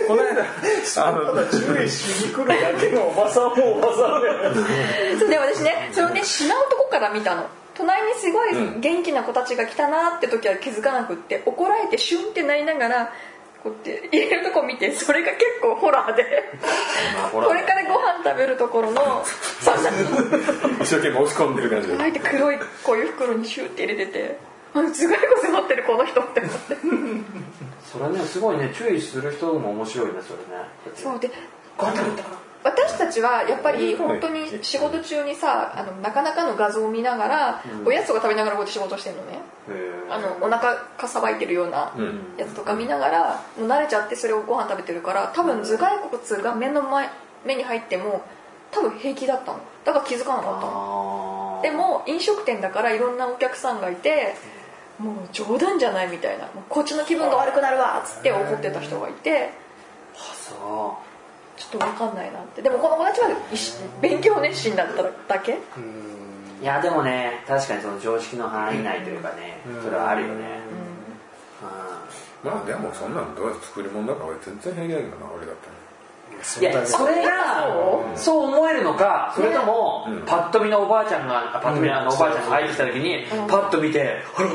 S1: この 間あの
S4: 注意しに来るだけのおばさんもおばさんだよ
S2: そう で私ねそれをね品男から見たの隣にすごい元気な子たちが来たなって時は気づかなくって怒られてシュンってなりながらこうやって入れるとこ見てそれが結構ホラーでこれからご飯食べるところのそうそう
S1: 一生懸命押し込んでる感じで
S2: あえて黒いこういう袋にシューって入れててあの頭蓋骨持ってるこの人って思って
S5: それねすごいね注意する人も面白いねそれね
S2: そうで
S5: ご飯食べるとこ
S2: 私たちはやっぱり本当に仕事中にさあのなかなかの画像を見ながら、おやつとか食べながらこうやって仕事してるのねあのお腹かさばいてるような
S1: うん
S2: やつとか見ながらもう慣れちゃってそれをご飯食べてるから多分頭蓋骨が目の前目に入っても多分平気だったのだから気づかなかったの
S5: あー
S2: でも飲食店だからいろんなお客さんがいてもう冗談じゃないみたいなもうこっちの気分が悪くなるわっつって怒ってた人がいて
S5: あそ
S2: ちょっと分かんないなってでもこの子たちは一勉強熱心だっただけ
S5: ういやでもね確かにその常識の範囲内というかね、それはあるよねう
S1: まあでもそんなのどうやって作り物だから俺全然平気だけどな俺だったら
S5: んいやそれが
S2: そう
S5: そう思えるのかそれとも、
S1: うん
S5: パッと見のおばあちゃんがあパッと見のあのおばあちゃんが入ってきた時に、
S2: ん
S5: パッと見て「あら!」っ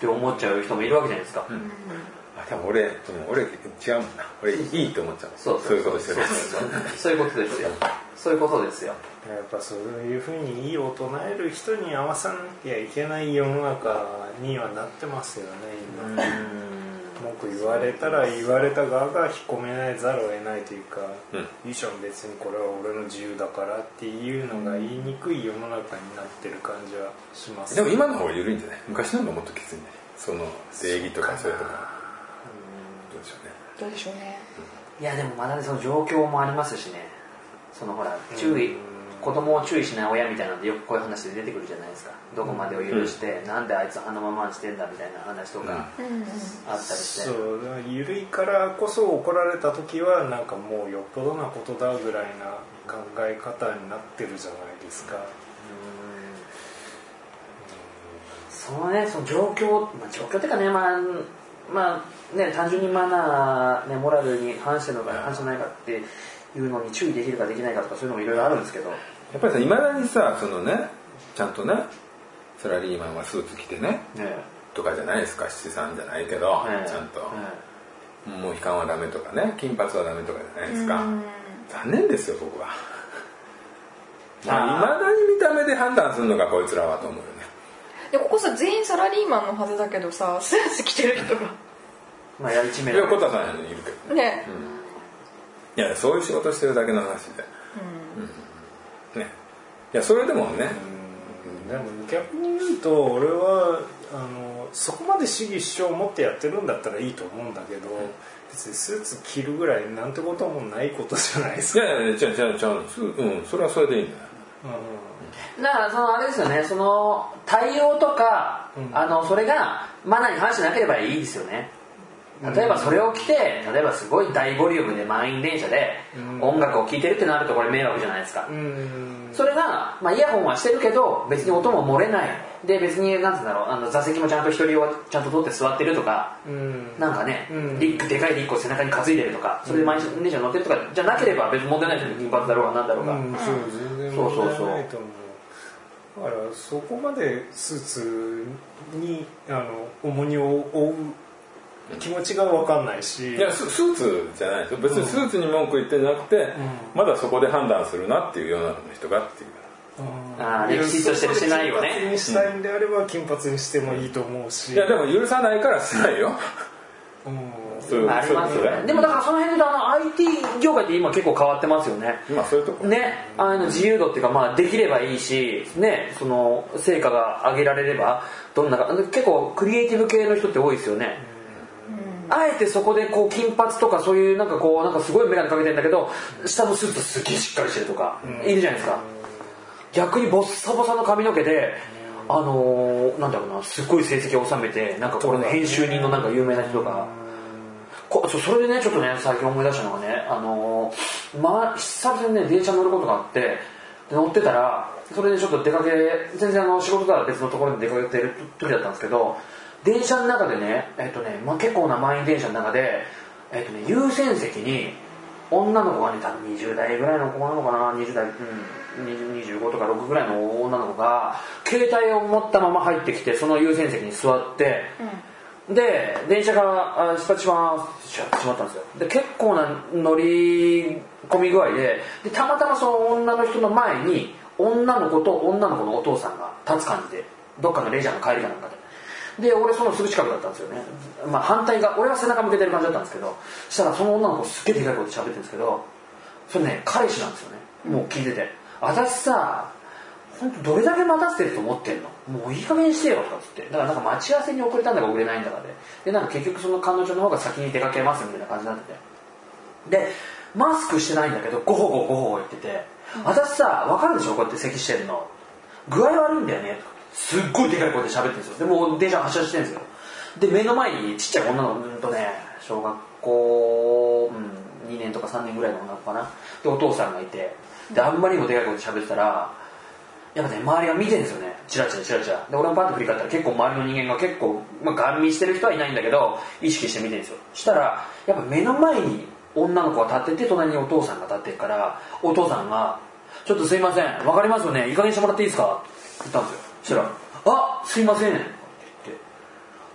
S5: て思っちゃう人もいるわけじゃないですか、
S1: あでも俺でも俺違うもんな俺いいと思っちゃう
S5: そう
S1: そういうことしてる
S5: そうそうそういうことですよそういうことですよ
S4: やっぱそういうふうにいいを唱える人に合わさなきゃいけない世の中にはなってますよね今文句言われたら言われた側が引っ込めないざるを得ないというか、いいじゃん別にこれは俺の自由だからっていうのが言いにくい世の中になってる感じはします
S1: でも今の方が緩いんじゃない昔の方がもっときついんじゃないその礼儀とかそういうとかどうでしょうね
S2: どうでしょうね
S5: いやでもまだねその状況もありますしねそのほら注意子供を注意しない親みたいなのでよくこういう話で出てくるじゃないですかどこまでを許して、なんであいつあのままにしてんだみたいな話とか
S2: う
S5: あ
S2: んうん
S5: ったりして、
S4: そうだから緩いからこそ怒られた時はなんかもうよっぽどなことだぐらいな考え方になってるじゃないですか、
S5: そのね、その状況、まあ、状況っていうかね、まあ、まあ、ね、単純にマナー、ね、モラルに反してるのか、反してないかっていうのに注意できるかできないかとか、そういうのもいろいろあるんですけど、
S1: やっぱりさいまだにさそのねちゃんとねサラリーマンはスーツ着てね
S5: ね、
S1: とかじゃないですか七三じゃないけど、
S5: ね
S1: ちゃんと、
S5: ね
S1: もう悲観はダメとかね金髪はダメとかじゃないですか、
S2: うん
S1: 残念ですよ僕はまあ
S5: あー
S1: いまだに見た目で判断するのがこいつらはと思うよね
S2: でここさ全員サラリーマンのはずだけどさスーツ着てる人が
S5: まあ、やりちめ
S1: いやコタさんにいるけどね
S2: ね
S1: いやそういう仕事してるだけの話で、うんねいやそれでもね、
S4: でも逆に言うと俺はあのそこまで主義主張を持ってやってるんだったらいいと思うんだけど、別にスーツ着るぐらいなんてこともないことじゃないです
S1: い
S4: か、
S1: やいやいや違う違う違うすうんそれはそれでいいんだよ
S4: う
S5: だからそのあれですよねその対応とか、
S4: うん
S5: あのそれがマナーに反してなければいいですよね例えばそれを着て例えばすごい大ボリュームで満員電車で
S4: うん
S5: 音楽を聴いてるってなるとこれ迷惑じゃないですか、
S4: んうん
S5: それが、まあ、イヤホンはしてるけど別に音も漏れないで別になんつうんだろうあの座席もちゃんと一人をちゃんと取って座ってるとか
S4: うん
S5: なんかね、
S4: うん
S5: リュックでかいリュックを背中に担いでるとかそれで毎日電車乗ってるとかじゃなければ別に問題ないですよ銀髪だろうがなんだろうが、
S4: うん、そう全然
S5: そうそうそう
S4: 問題ないと思うだからそこまでスーツにあの重荷を負う気持ちが分かんないし
S1: いやススーツじゃないですよ別にスーツに文句言ってんじゃなくて、まだそこで判断するなっていう世の中の人がっていう
S5: あー歴史としてるしないよね
S4: 金髪にしたいんであれば金髪にしてもいいと思うし、
S1: いやでも許さないからしないよ
S4: うん
S1: そういう
S5: あります
S1: そういう
S5: よ
S1: こ
S5: ねでもだからその辺であの IT 業界って今結構変わってますよね
S1: とだよまあそういうとこ
S5: ねあの自由度っていうかまあできればいいしねその成果が上げられればどんなか結構クリエイティブ系の人って多いですよねあえてそこでこう金髪とかそういうなんかこうなんかすごい眼鏡かけてんだけど下のスーツすっげえしっかりしてるとかいるじゃないですか逆にボッサボサの髪の毛であのーなんだろうなすっごい成績を収めてなんかこれの編集人のなんか有名な人とか。こそうそれでねちょっとね最近思い出したのがねあのー、まあ久々にね電車乗ることがあってで乗ってたらそれでちょっと出かけ全然あの仕事とは別のところに出かけてる時だったんですけど電車の中でねえっとね、まあ、結構な満員電車の中でえっとね優先席に女の子がね多分20代ぐらいの子なのかな20代うん20 25とか6ぐらいの女の子が携帯を持ったまま入ってきてその優先席に座って、で電車からあ出発しますしまったんですよで結構な乗り込み具合ででたまたまその女の人の前に女の子と女の子のお父さんが立つ感じでどっかのレジャーの帰りかなんかでで俺そのすぐ近くだったんですよね、まあ、反対が俺は背中向けてる感じだったんですけどそしたらその女の子すっげえでかいこと喋ってるんですけどそれね彼氏なんですよねもう聞いてて私さ本当どれだけ待たせてると思ってんのもういい加減にしてよとかっつってだからなんか待ち合わせに遅れたんだか遅れないんだかででなんか結局その彼女の方が先に出かけますみたいな感じになっててでマスクしてないんだけどゴホゴホゴホゴ言ってて私さ分かるでしょこうやって咳してるの具合悪いんだよねとかすっごいでかい声で喋ってるんですよでもう電車発車してるんですよで目の前にちっちゃい女の子うんとね小学校、うん、2年とか3年ぐらいの女の子かなでお父さんがいてであんまりにもでかい声で喋ってたらやっぱね周りが見てるんですよねチラチラチラチラで俺もパッと振り返ったら結構周りの人間が結構、まあ、ガン見してる人はいないんだけど意識して見てるんですよしたらやっぱ目の前に女の子が立ってて隣にお父さんが立ってるからお父さんが「ちょっとすいませんわかりますよねいい加減にしてもらっていいですか?」って言ったんですよそしたら「あすいません」って言って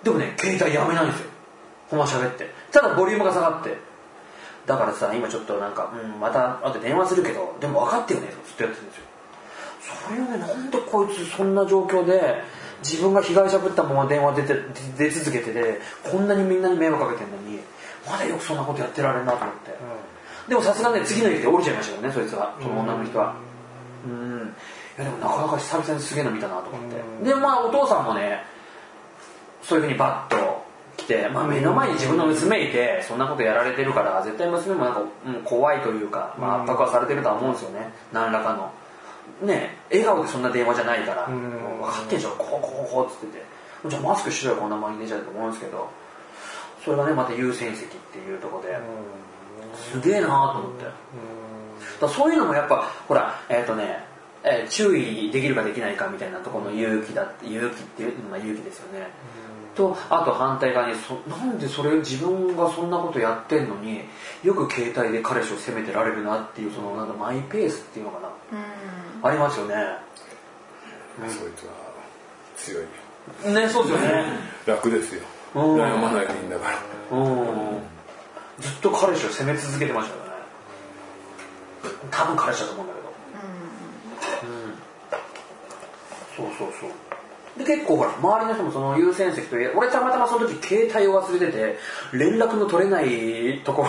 S5: でもね携帯やめないんですよほんま喋ってただボリュームが下がってだからさ今ちょっとなんか、うん、また後で電話するけどでも分かってよねとかずっとやってるんですよそれをねなんでこいつそんな状況で自分が被害者ぶったまま電話出て出出続けててこんなにみんなに迷惑かけてるのにまだよくそんなことやってられるなと思って、でもさすがね次の駅で降りちゃいましたよねそいつはその女の人はうんいやでもなかなか久々にすげえの見たなと思って、でまあお父さんもねそういうふうにバッと来て、まあ、目の前に自分の娘いてそんなことやられてるから絶対娘もなんか、うん、怖いというか、まあ、圧迫はされてるとは思うんですよね何らかの。ねえ笑顔でそんな電話じゃないから
S4: ん
S5: 分かってんじゃんこうこうこうっつっててじゃあマスクしろよこんなマイネージャーだと思うんですけどそれがねまた優先席っていうところですげえなと思ってだからそういうのもやっぱほらえっ、とね、えー注意できるかできないかみたいなところの勇気だって勇気っていう、まあ、勇気ですよねとあと反対側にそなんでそれ自分がそんなことやってんのによく携帯で彼氏を責めてられるなっていうそのなんかマイペースっていうのか
S2: う
S5: な
S2: ん
S5: ありますよね
S1: そいつは強いよ
S5: ねそうですよね
S1: 楽ですよ
S5: うん
S1: 悩まないでいいんだから
S5: うんずっと彼氏を責め続けてましたよね多分彼氏だと思うんだけどそうそうそうで結構ほら周りの人もその優先席といえ俺たまたまその時携帯を忘れてて連絡の取れないとこ ろ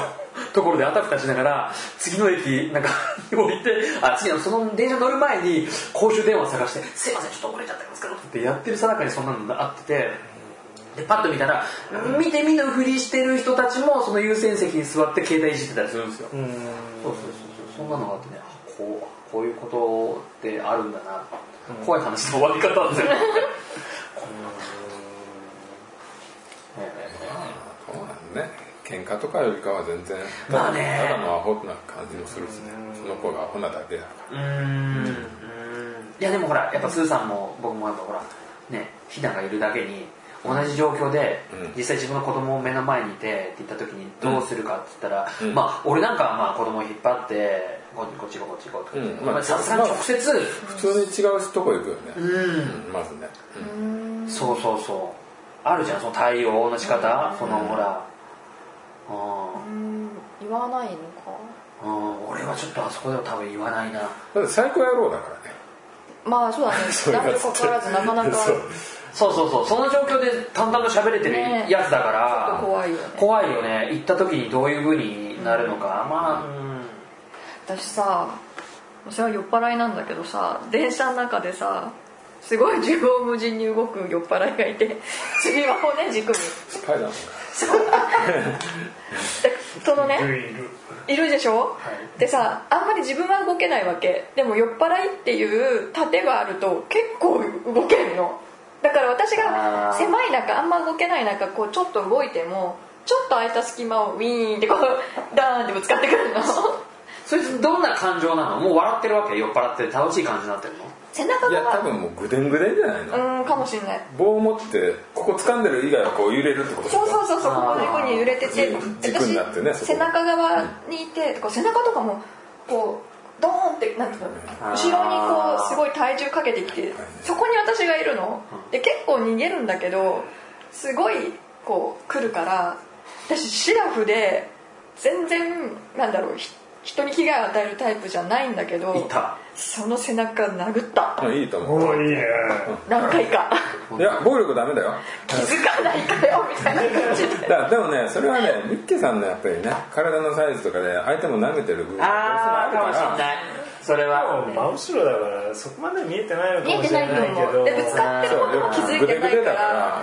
S5: ところであたふたしながら次の駅なんか降りてあ次のその電車乗る前に公衆電話を探して「すいませんちょっと遅れちゃったんですけど」ってやってるさなかにそんなのがあっててでパッと見たら見て見ぬふりしてる人たちもその優先席に座って携帯いじってたりするんですよそうそうそうそうそんなのがあってねあこうこういうことってあるんだな、怖い話の終わり方 ですよこんなねえ
S1: そうなんね喧嘩とかよりかは全然
S5: まあね
S1: ただのアホな感じもするしねその子がアホなだけだから
S5: うーんうーんいやでもほらやっぱスーさんも僕もやっぱほらねひながいるだけに同じ状況で
S1: うん
S5: 実際自分の子供を目の前にいてって言った時にどうするかって言ったら、
S1: うん
S5: まあ俺なんかはまあ子供を引っ張ってここっちこっちこっちこ
S1: うん
S5: うまあさすがに直接、
S1: 普通に違うとこ行くよね
S5: うん
S1: うんまずね
S5: そうそうそうあるじゃんその対応の仕方、そのほらう
S2: うん言わないのか
S5: ん、うん、俺はちょっとあそこでは多分言わないな
S1: だって最高野郎だからね
S2: まあそうだ ね
S1: そういう
S2: 男
S1: や
S2: 女
S1: つ
S2: かかわらずなかなか
S1: そう
S5: そうそうそうその状況で淡々と喋れてる
S2: ねえ
S5: やつだから、
S2: ちょっと怖いよね
S5: 怖いよね行った時にどういうふうになるのか、まあ、うん
S2: 私さそれは酔っ払いなんだけどさ電車の中でさすごい縦横無尽に動く酔っ払いがいて次は骨軸に
S1: スパイダーマン
S2: そのね
S4: いるいる
S2: いるでしょ、でさあんまり自分は動けないわけでも酔っ払いっていう盾があると結構動けるのだから私
S5: あ
S2: が
S5: ー
S2: 狭い中あんま動けない中こうちょっと動いてもちょっと空いた隙間をウィーンってこうダーンってぶつかってくるの
S5: そいつどんな感情なのもう笑ってるわけ酔っ払って楽しい感じになってるの
S2: 背中
S1: いや多
S2: が
S1: 分もうぐでんぐでんじゃないの
S2: うんかもしんない
S1: 棒を持ってここ掴んでる以外はこう揺れるってことでしょ
S2: そうそうそうそうこ
S5: あー
S2: ういうふうに揺れてて
S1: 軸になってねそこ
S2: 背中側にいてこう背中とかもこうドーンってなんていうの
S5: あー
S2: 後ろにこうすごい体重かけてきてそこに私がいるので結構逃げるんだけどすごいこう来るから私シラフで全然なんだろうひ人に危害を与えるタイプじゃないんだけ
S5: い
S2: ど
S5: た
S2: その背中殴った
S1: うんいいと思う
S4: おいいね
S2: 何回か
S1: いや暴力ダメだよ
S2: 気づかないかよみたいな感じで
S1: だからでもねそれはねミッケさんのやっぱりね体のサイズとかで相手も舐めてる部分
S5: あーかもしんないそれは
S4: もう真後ろだからそこまで見えてないの
S2: 見
S4: か
S2: え
S4: も
S2: て
S4: し
S2: な
S4: れ
S2: いと
S4: ないけ
S2: 思う
S4: ど
S2: でぶつかってることも気づいて
S1: そ
S2: ない
S1: うグレグレ
S2: か
S1: だからら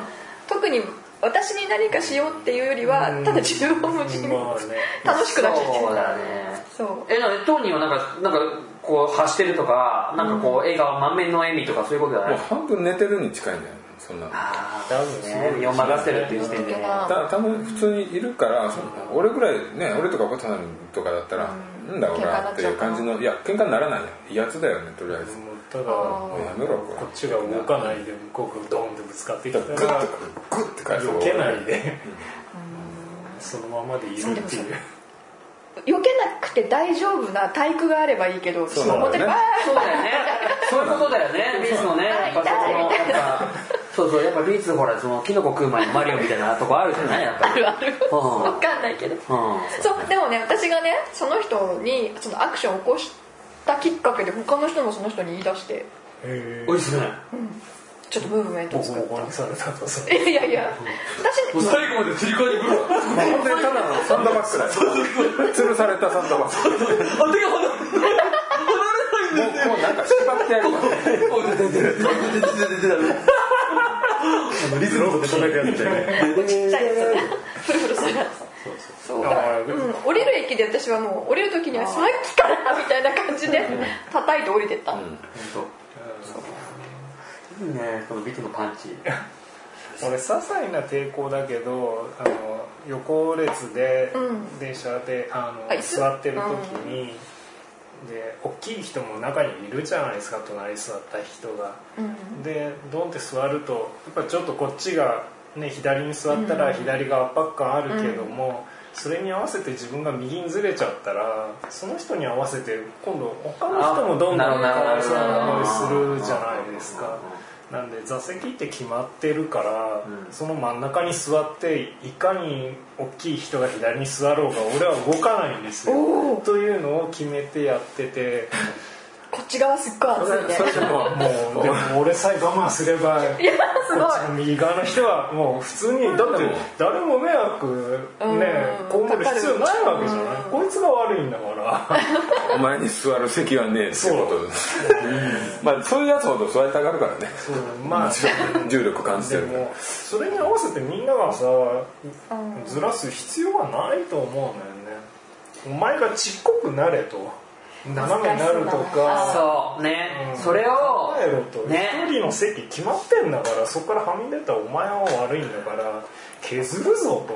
S2: 特に私に何かしようっていうよりはただ自分を無事に
S4: まあね
S2: 楽しくなっちゃって
S5: そう
S2: る
S5: だね
S2: そう
S5: えなんか当人はなんかなんかこう走ってるとかなんかこう映画は満面の笑みとかそういうことじゃない、
S1: もう半分寝てるに近いんじゃないそんなの
S5: ああ
S4: 多分
S5: ね身を任せるっていう時点でね
S2: 本
S1: た多分普通にいるからその俺ぐらいね俺とか渡辺とかだったら「なんだ俺は」っていう感じのいや喧嘩にならないや威圧だよねとりあえずも
S4: もうただ
S2: あ
S1: うやめろこ
S4: こ
S1: れ
S4: っちが動かないで向こうがドーンってぶつかってき
S1: グ
S4: た
S1: ッ
S4: ら
S1: とグッて返す
S4: 避けないでそのままでいる
S2: そうで
S4: っ
S2: も
S4: て
S2: そ
S4: いうう
S2: 避けなくて大丈夫な体育があればいいけど
S1: そうなんだよね
S2: 表でバー
S5: そうだよね。そういうことだよね。ビーツのね、やっぱそこの、やっぱ、そうそう、やっぱビーツほら、その、キノコ食う前にマリオみたいなとこあるじゃないやっぱり。
S2: ンある
S5: うん
S2: わかんないけど
S5: うん。
S2: そうでもね私がねその人にそのアクションを起こしたきっかけで他の人もその人に言い出して
S4: へ
S5: おいしいですね。
S2: ちょっとムーブメントを
S4: ボコ
S2: 作っ
S4: ボコにされたとさ
S2: たいやいや私ね
S5: 最後まで釣り替えてくるわ。
S1: ほんでただのサンドバッグだよ吊るされたサンドバッグ
S5: あ、てか、ほら、
S1: もうもうなんか縛ってやるから
S3: リズムと叩くやつじゃない
S2: ちっちゃいやつねフルフルするやつそうだから、
S4: あー
S2: うん、降りる駅で私はもう降りる時にはさっきからみたいな感じで叩いて降りてった、
S5: いいね、このビーツのパンチ。
S4: 俺些細な抵抗だけどあの横列で
S2: うん
S4: 電車であ
S2: あ
S4: の
S2: 椅子
S4: 座ってる時に、で大きい人も中にいるじゃないですか隣座った人が、でドンって座るとやっぱちょっとこっちが、ね、左に座ったら左が圧迫感あるけども、それに合わせて自分が右にずれちゃったらその人に合わせて今度他の人もどんどん
S5: あな
S4: 隣
S5: るほ
S4: 座
S5: ど
S4: ったりす
S5: なるほど
S4: るじゃないですか。なんで座席って決まってるから、
S5: うん
S4: その真ん中に座っていかに大きい人が左に座ろうが俺は動かないんです
S2: お
S4: よ
S2: ー
S4: というのを決めてやってて
S2: こっち側すっごい熱いんで
S4: それでももうでも俺さえ我慢すれば
S2: いやすご
S4: こっちの右側の人はもう普通にだって誰も迷惑
S2: うん
S4: ね被る必要ないわけじゃない
S2: うん
S4: こいつが悪いんだから
S1: お前に座る席はねえってことですまあそういうやつほど座りたがるからね
S4: そうまあ
S1: 重力感じて
S4: で
S1: るから
S4: もそれに合わせてみんながさ
S2: うん
S4: ずらす必要はないと思うのよねお前がちっこくなれと斜めになるとか
S5: そう、ね
S4: う。ん
S5: それを
S4: 考えろと、
S5: ね
S4: 一人の席決まってんだからそこからはみ出たお前は悪いんだから削るぞと思う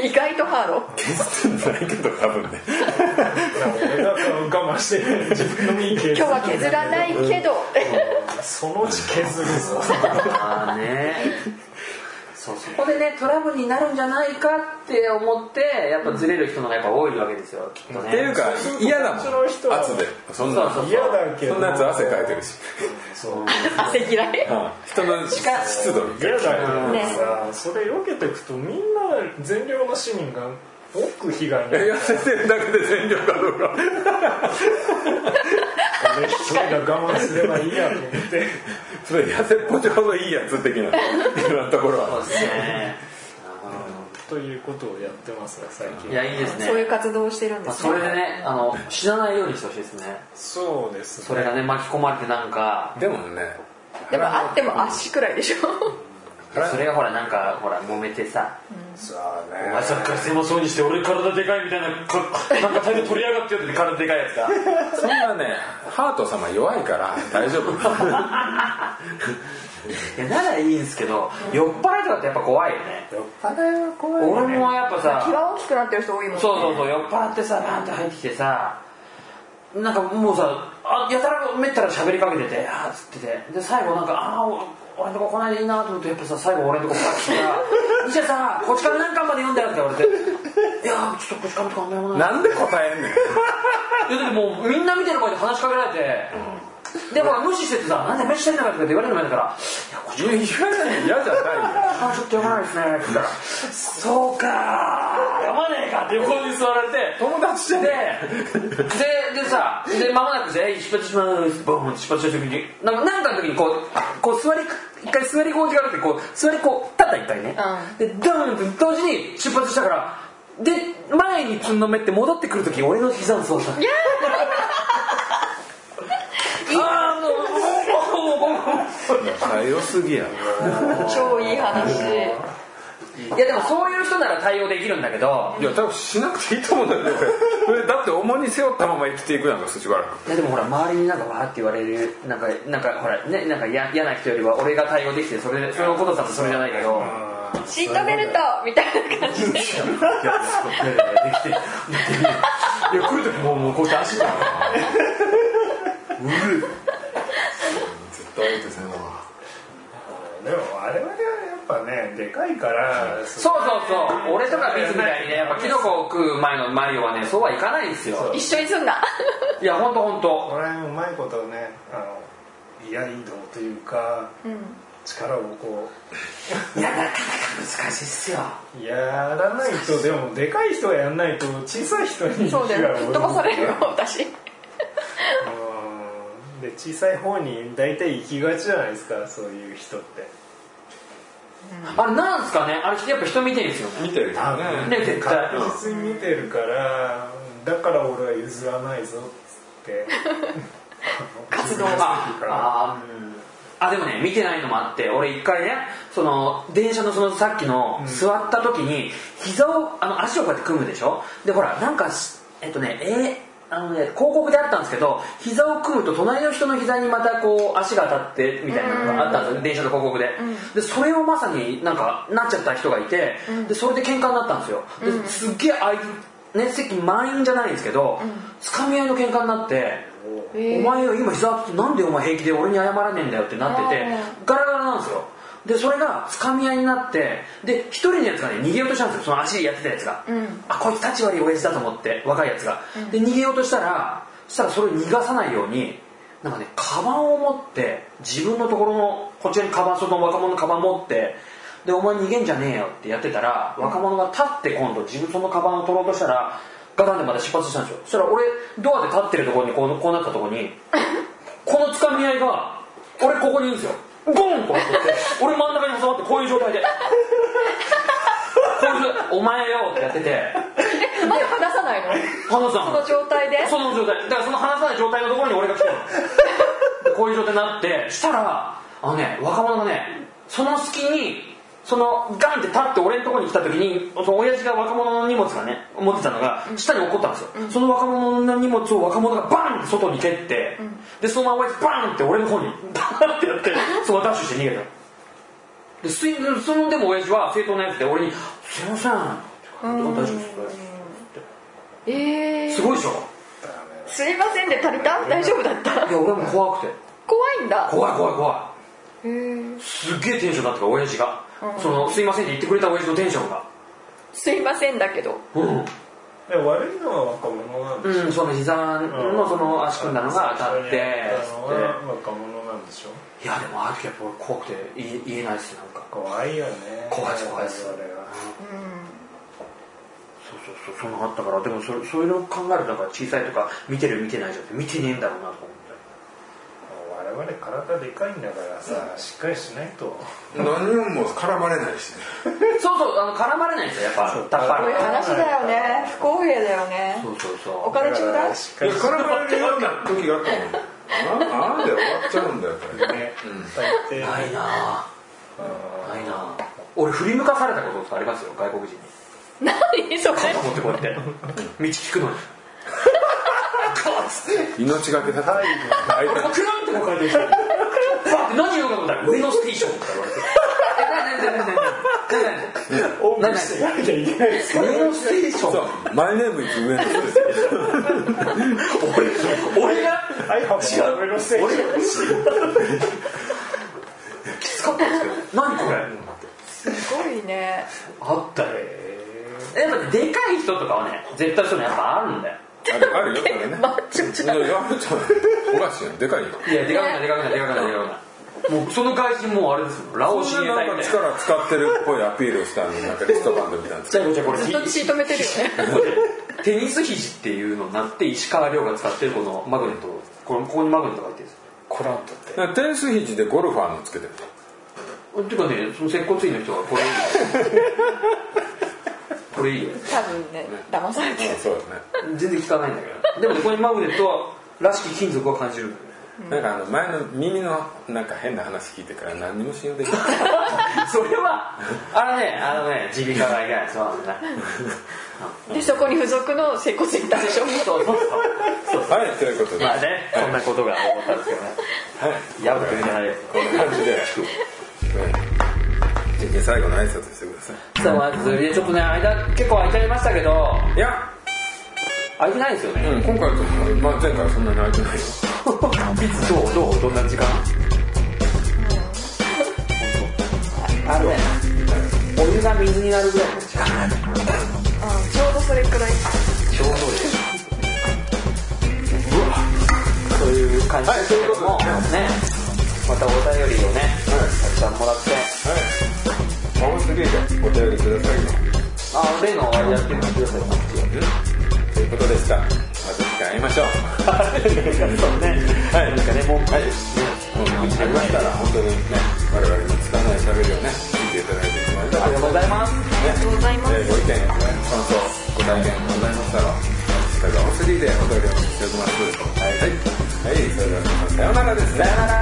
S2: 意外とハード
S1: 削ってんじゃないけど多分ね
S4: 俺が我慢して自分の身削る
S2: 今日は削らないけど、
S4: そのうち削るぞ
S5: あーねそうそこでねトラブルになるんじゃないかって思ってやっぱずれる人の方がやっぱ多いわけですよきっとね
S1: っていうか嫌だもん
S4: その人は
S1: 圧でそんな
S5: そう
S4: 嫌だけど
S1: そんなやつ汗かいてるし、
S4: そう
S2: 汗嫌い
S1: 人の湿度
S4: 嫌だけど
S2: ね
S4: さ、それ避けていくとみんな善良な市民が多く被害に
S1: 痩せてるだけで全力かどうか
S4: 俺一人が我慢すればいいやと思って
S1: それ痩せっぽちょうどいいやつ的 な今のところ
S5: そう
S1: は
S5: ですね
S4: ということをやってますが最近
S5: いやいいですね
S2: そういう活動をしてるんで
S5: まあ
S2: すね
S5: それでねあの死なないようにしてほしいですね
S4: そうです
S5: それがね巻き込まれてなんか
S1: でもね
S2: でもあっても足くらいでしょ
S5: それがほらなんかほら揉めてさ
S1: さ
S5: 「お前サッカー狭そうにして俺体でかいみたいな こなんか態度取りやがってよ」って体でかいやつが
S1: そんなねハート様弱いから大丈 夫
S5: いやならいいんですけど酔っ払いとかってやっぱ怖いよね
S4: 酔っ払いは怖い
S5: 俺もやっぱさ
S2: 気が大きくなってる人多いもんね
S5: そうそうそう酔っ払ってさバーンって入ってきてさなんかもうさあやたらめったら喋りかけてて「あーっつっててで最後なんか「ああ俺のとこ来ないでいいな」と思ってやっぱさ最後俺のとこ来たら「医者さこっちから何巻まで読んだよ」って言われて「いやーちょっとこっちからとかあんま読まない」
S1: なんで答えんねん
S5: いやだってもうみんな見てる前で話しかけられて、でほら無視しててさ「なんで無視してんだか」とかって言われるの前だから「いやこっち
S1: いや嫌じゃない嫌じゃないよ
S5: あーちょっと読まないですね」って言ったら「そうかー読まねえか」って横に座られて
S1: 友達じゃ
S5: で
S1: ね
S5: ででさで間もなくで「出発します」ボン出発した時になんかなんかの時にこうこう座り一回座り心地があってこう座りこう立った一回ね、でドーンと同時に出発したからで前につんのめって戻ってくる時俺の膝をそうさ
S3: 強すぎや
S2: 超いい話
S5: いやでもそういう人なら対応できるんだけど
S1: いや多分しなくていいと思うんだ けどそれだって重荷背負ったまま生きていくやんかそっちから
S5: いやでもほら周りになんかわーって言われるなんかなんかほらねなんか嫌嫌な人よりは俺が対応できてそれでそれのことだとそれじゃないけど、
S2: シートベルトみたいな感じで
S5: いやそうねできてできていや来る時もうもうこうやって足が
S3: 絶対相手せんわ
S4: でも我々はやっぱねでかいからそ
S5: そうそうそう俺とかビズみたいにねやっぱキノコを食う前のマリオはねそうはいかないんですよ
S2: 一緒にすんない
S5: やほんとほんと
S4: こら辺うまいことねあのいや移動というか
S2: うん
S4: 力をこ
S5: いやなかなか難しいっすよ
S4: うやらないとでもでかい人がやらないと小さい人に
S2: そうだよ
S4: 火
S2: 吹っ
S4: が及ぶ
S2: 飛ばされるよ私
S4: うんで小さい方に大体行きがちじゃないですかそういう人って
S5: あれなんすかねあれやっぱ人見てるんですよ
S1: 見
S5: ね
S1: てるよね
S5: ね絶対
S4: 確実に見てるからだから俺は譲らないぞっつ って
S2: 活動が
S5: あああでもね見てないのもあって俺一回ねその電車のそのさっきの座った時に膝をあの足をこうやって組むでしょでほらなんかしえっとねえーあのね、広告であったんですけど膝を組むと隣の人の膝にまたこう足が当たってみたいなのがあったんですよ電車の広告で,、でそれをまさになんかなっちゃった人がいて、でそれで喧嘩になったんですよですっげえ相手ね席満員じゃないんですけど、掴み合いの喧嘩になってお前よ今膝ってなんでお前平気で俺に謝らねえんだよってなってて
S2: あ
S5: ガラガラなんですよでそれがつかみ合いになってで一人のやつがね逃げようとしたんですよその足やってたやつが、
S2: うん
S5: あこいつ立ち悪い親父だと思って若いやつが、で逃げようとしたらそしたらそれを逃がさないようになんかねカバンを持って自分のところのこちらにカバンその若者のカバン持ってでお前逃げんじゃねえよってやってたら若者が立って今度自分そのカバンを取ろうとしたらガタンでまた出発したんですよそしたら俺ドアで立ってるところにこうこうなったところにこのつかみ合いが俺ここにいるんですよゴンとなって俺真ん中に挟まってこういう状態でこういう状態お前よってやってて
S2: え まだ話さないの
S5: 花
S2: そ
S5: さん
S2: の状態で
S5: その状態だからその話さない状態のところに俺が来て るのでこういう状態になってしたらあのね若者がねその隙にそのガンって立って俺のところに来た時にその親父が若者の荷物がね持ってたのが下に落っこったんですよ、その若者の荷物を若者がバンって外に蹴って、でそのまま親父バンって俺の方にバンってや ってそのままダッシュして逃げたのでスイそのでも親父は正当なやつで俺に「すいません」大丈夫です
S2: え
S5: す
S2: ー、
S5: ごいでしょ
S2: すいませんで足りた大丈夫だった
S5: いや俺も怖くて
S2: 怖いんだ
S5: 怖い怖い怖い
S2: へー
S5: すっげえテンションだったから親父が、そのすいませんって言ってくれた親父のテンションが
S2: すいませんだけど
S5: うん、
S4: で悪いのは若者なんでしょ、
S5: その膝のその足組んだのが当たってつって
S4: 最初にやったのは若者なんでしょ
S5: いやでもああいう時やっぱ俺怖くて言え言えないですなんか
S4: 怖いよね
S5: 怖いです怖いです
S4: 我々は
S5: そうそうそうそんなのあったからでもそれそういうのを考えるとなんか小さいとか見てる見てないじゃなくて見てねえんだろうなとか思って
S4: 我々体でかいんだからさ、しっかりしないと
S1: 何をも絡まれないしね
S5: そうそうあの絡まれないんですよやっぱだか
S2: こういう
S5: ら
S2: 話だよね不公平だよね
S5: そうそう
S2: お
S5: そ
S2: 金ちょうだい
S4: し
S1: い
S4: っか
S1: や
S4: り
S1: 絡まれるような時があったもんななんで終わっちゃうんだよやっぱり
S4: ね、
S5: う
S4: 大抵
S5: ないな
S4: うん
S5: ぁないなぁ俺振り向かされたこととかありますよ外国人に
S2: 何それ
S5: 肩持ってこうやって道聞くのに
S1: 命がけだから相手
S5: クランってこう書いてる人バって何言うかと思ったら「上のステーション」って言われてえ
S4: オ
S5: 何
S4: ープンして
S5: 何
S4: なきゃいけないです
S5: 何何何何上のステーショ
S1: そう
S5: ン
S1: マイネームいく上の人ですよ
S5: 俺が
S4: はい違う俺のせい
S5: 俺がきつかったんですけど何これ
S2: すごいね
S5: あったよやっぱねでかい人とかはね絶対そういうのやっぱあるんだよ
S1: あるあるよそ れね
S2: マッチョ
S1: いやいやあるじゃんおかしいよでかいよ
S5: いやでかくないでかくないでかくないでかくないもうその外人もうあれですもんラ
S1: そ
S5: オ
S1: ん
S5: シエ
S1: な
S5: 隊
S1: なん
S5: み
S1: か
S5: たいな
S1: 力使ってるっぽいアピールをしたのになんかリストバンドみたいな
S5: じゃあこれじゃあこれ
S2: ずっと血止めてるよね
S5: テニス肘っていうのになって石川遼が使ってるこのマグネットをこのここにマグネットが入ってるんですよ
S4: コラントって
S1: テニス肘でゴルファーのつけてる
S5: っていうかねその接骨院の人がこれいいよこ れいいよ
S2: 多分ね騙されてる
S1: うんそうだね
S5: 全然効かないんだけどでもねここにマグネットはらしき金属は感じるんだよね
S1: なんかあの前の耳のなんか変な話聞いてから何にも信用できない
S5: それはあのねあのね耳鼻科がいけないそうなんだ
S2: でそこに付属の整骨院行ったんでしょ
S5: そうそうそうそう
S1: はいということで、
S5: まあねそんなことが思ったんですけどねやぶくんじゃないよ
S1: こんな感じで、うんじゃあ最後の挨拶してください
S5: さあまずでちょっとね間結構空いちゃいましたけど
S1: いや、
S5: 空いて ないですよ
S1: う
S5: ね
S1: ん、今回と、まあ、前回はそんなに空いてないよ
S5: どうどうどんな時間あのねお湯が水になるぐらいの時間
S2: うんちょうどそれくらい
S5: ちょうどですそういう感じですけども、ねまたお便りをね、たくさんもらって
S1: はい。あ、すげえじゃん。お便りくださいよ。
S5: あ例のやってみてください
S1: ということでした。また次回会いましょう。
S5: そうね、
S1: はい
S5: なんかねもう、
S1: はい。もう、見つかりましたら、本当にね、我々のつかない喋りをね、聞いていただいていき
S5: あ
S1: ま
S5: り
S1: しょ
S5: がとうございます
S2: ありがとうございます
S1: う。えーご意見、ね、感想、ご体験ございましたら、ハッシュタグアオスリーでお便りをお待ちしております。はい。はい、それでは皆さん、さようならですね。
S5: さよなら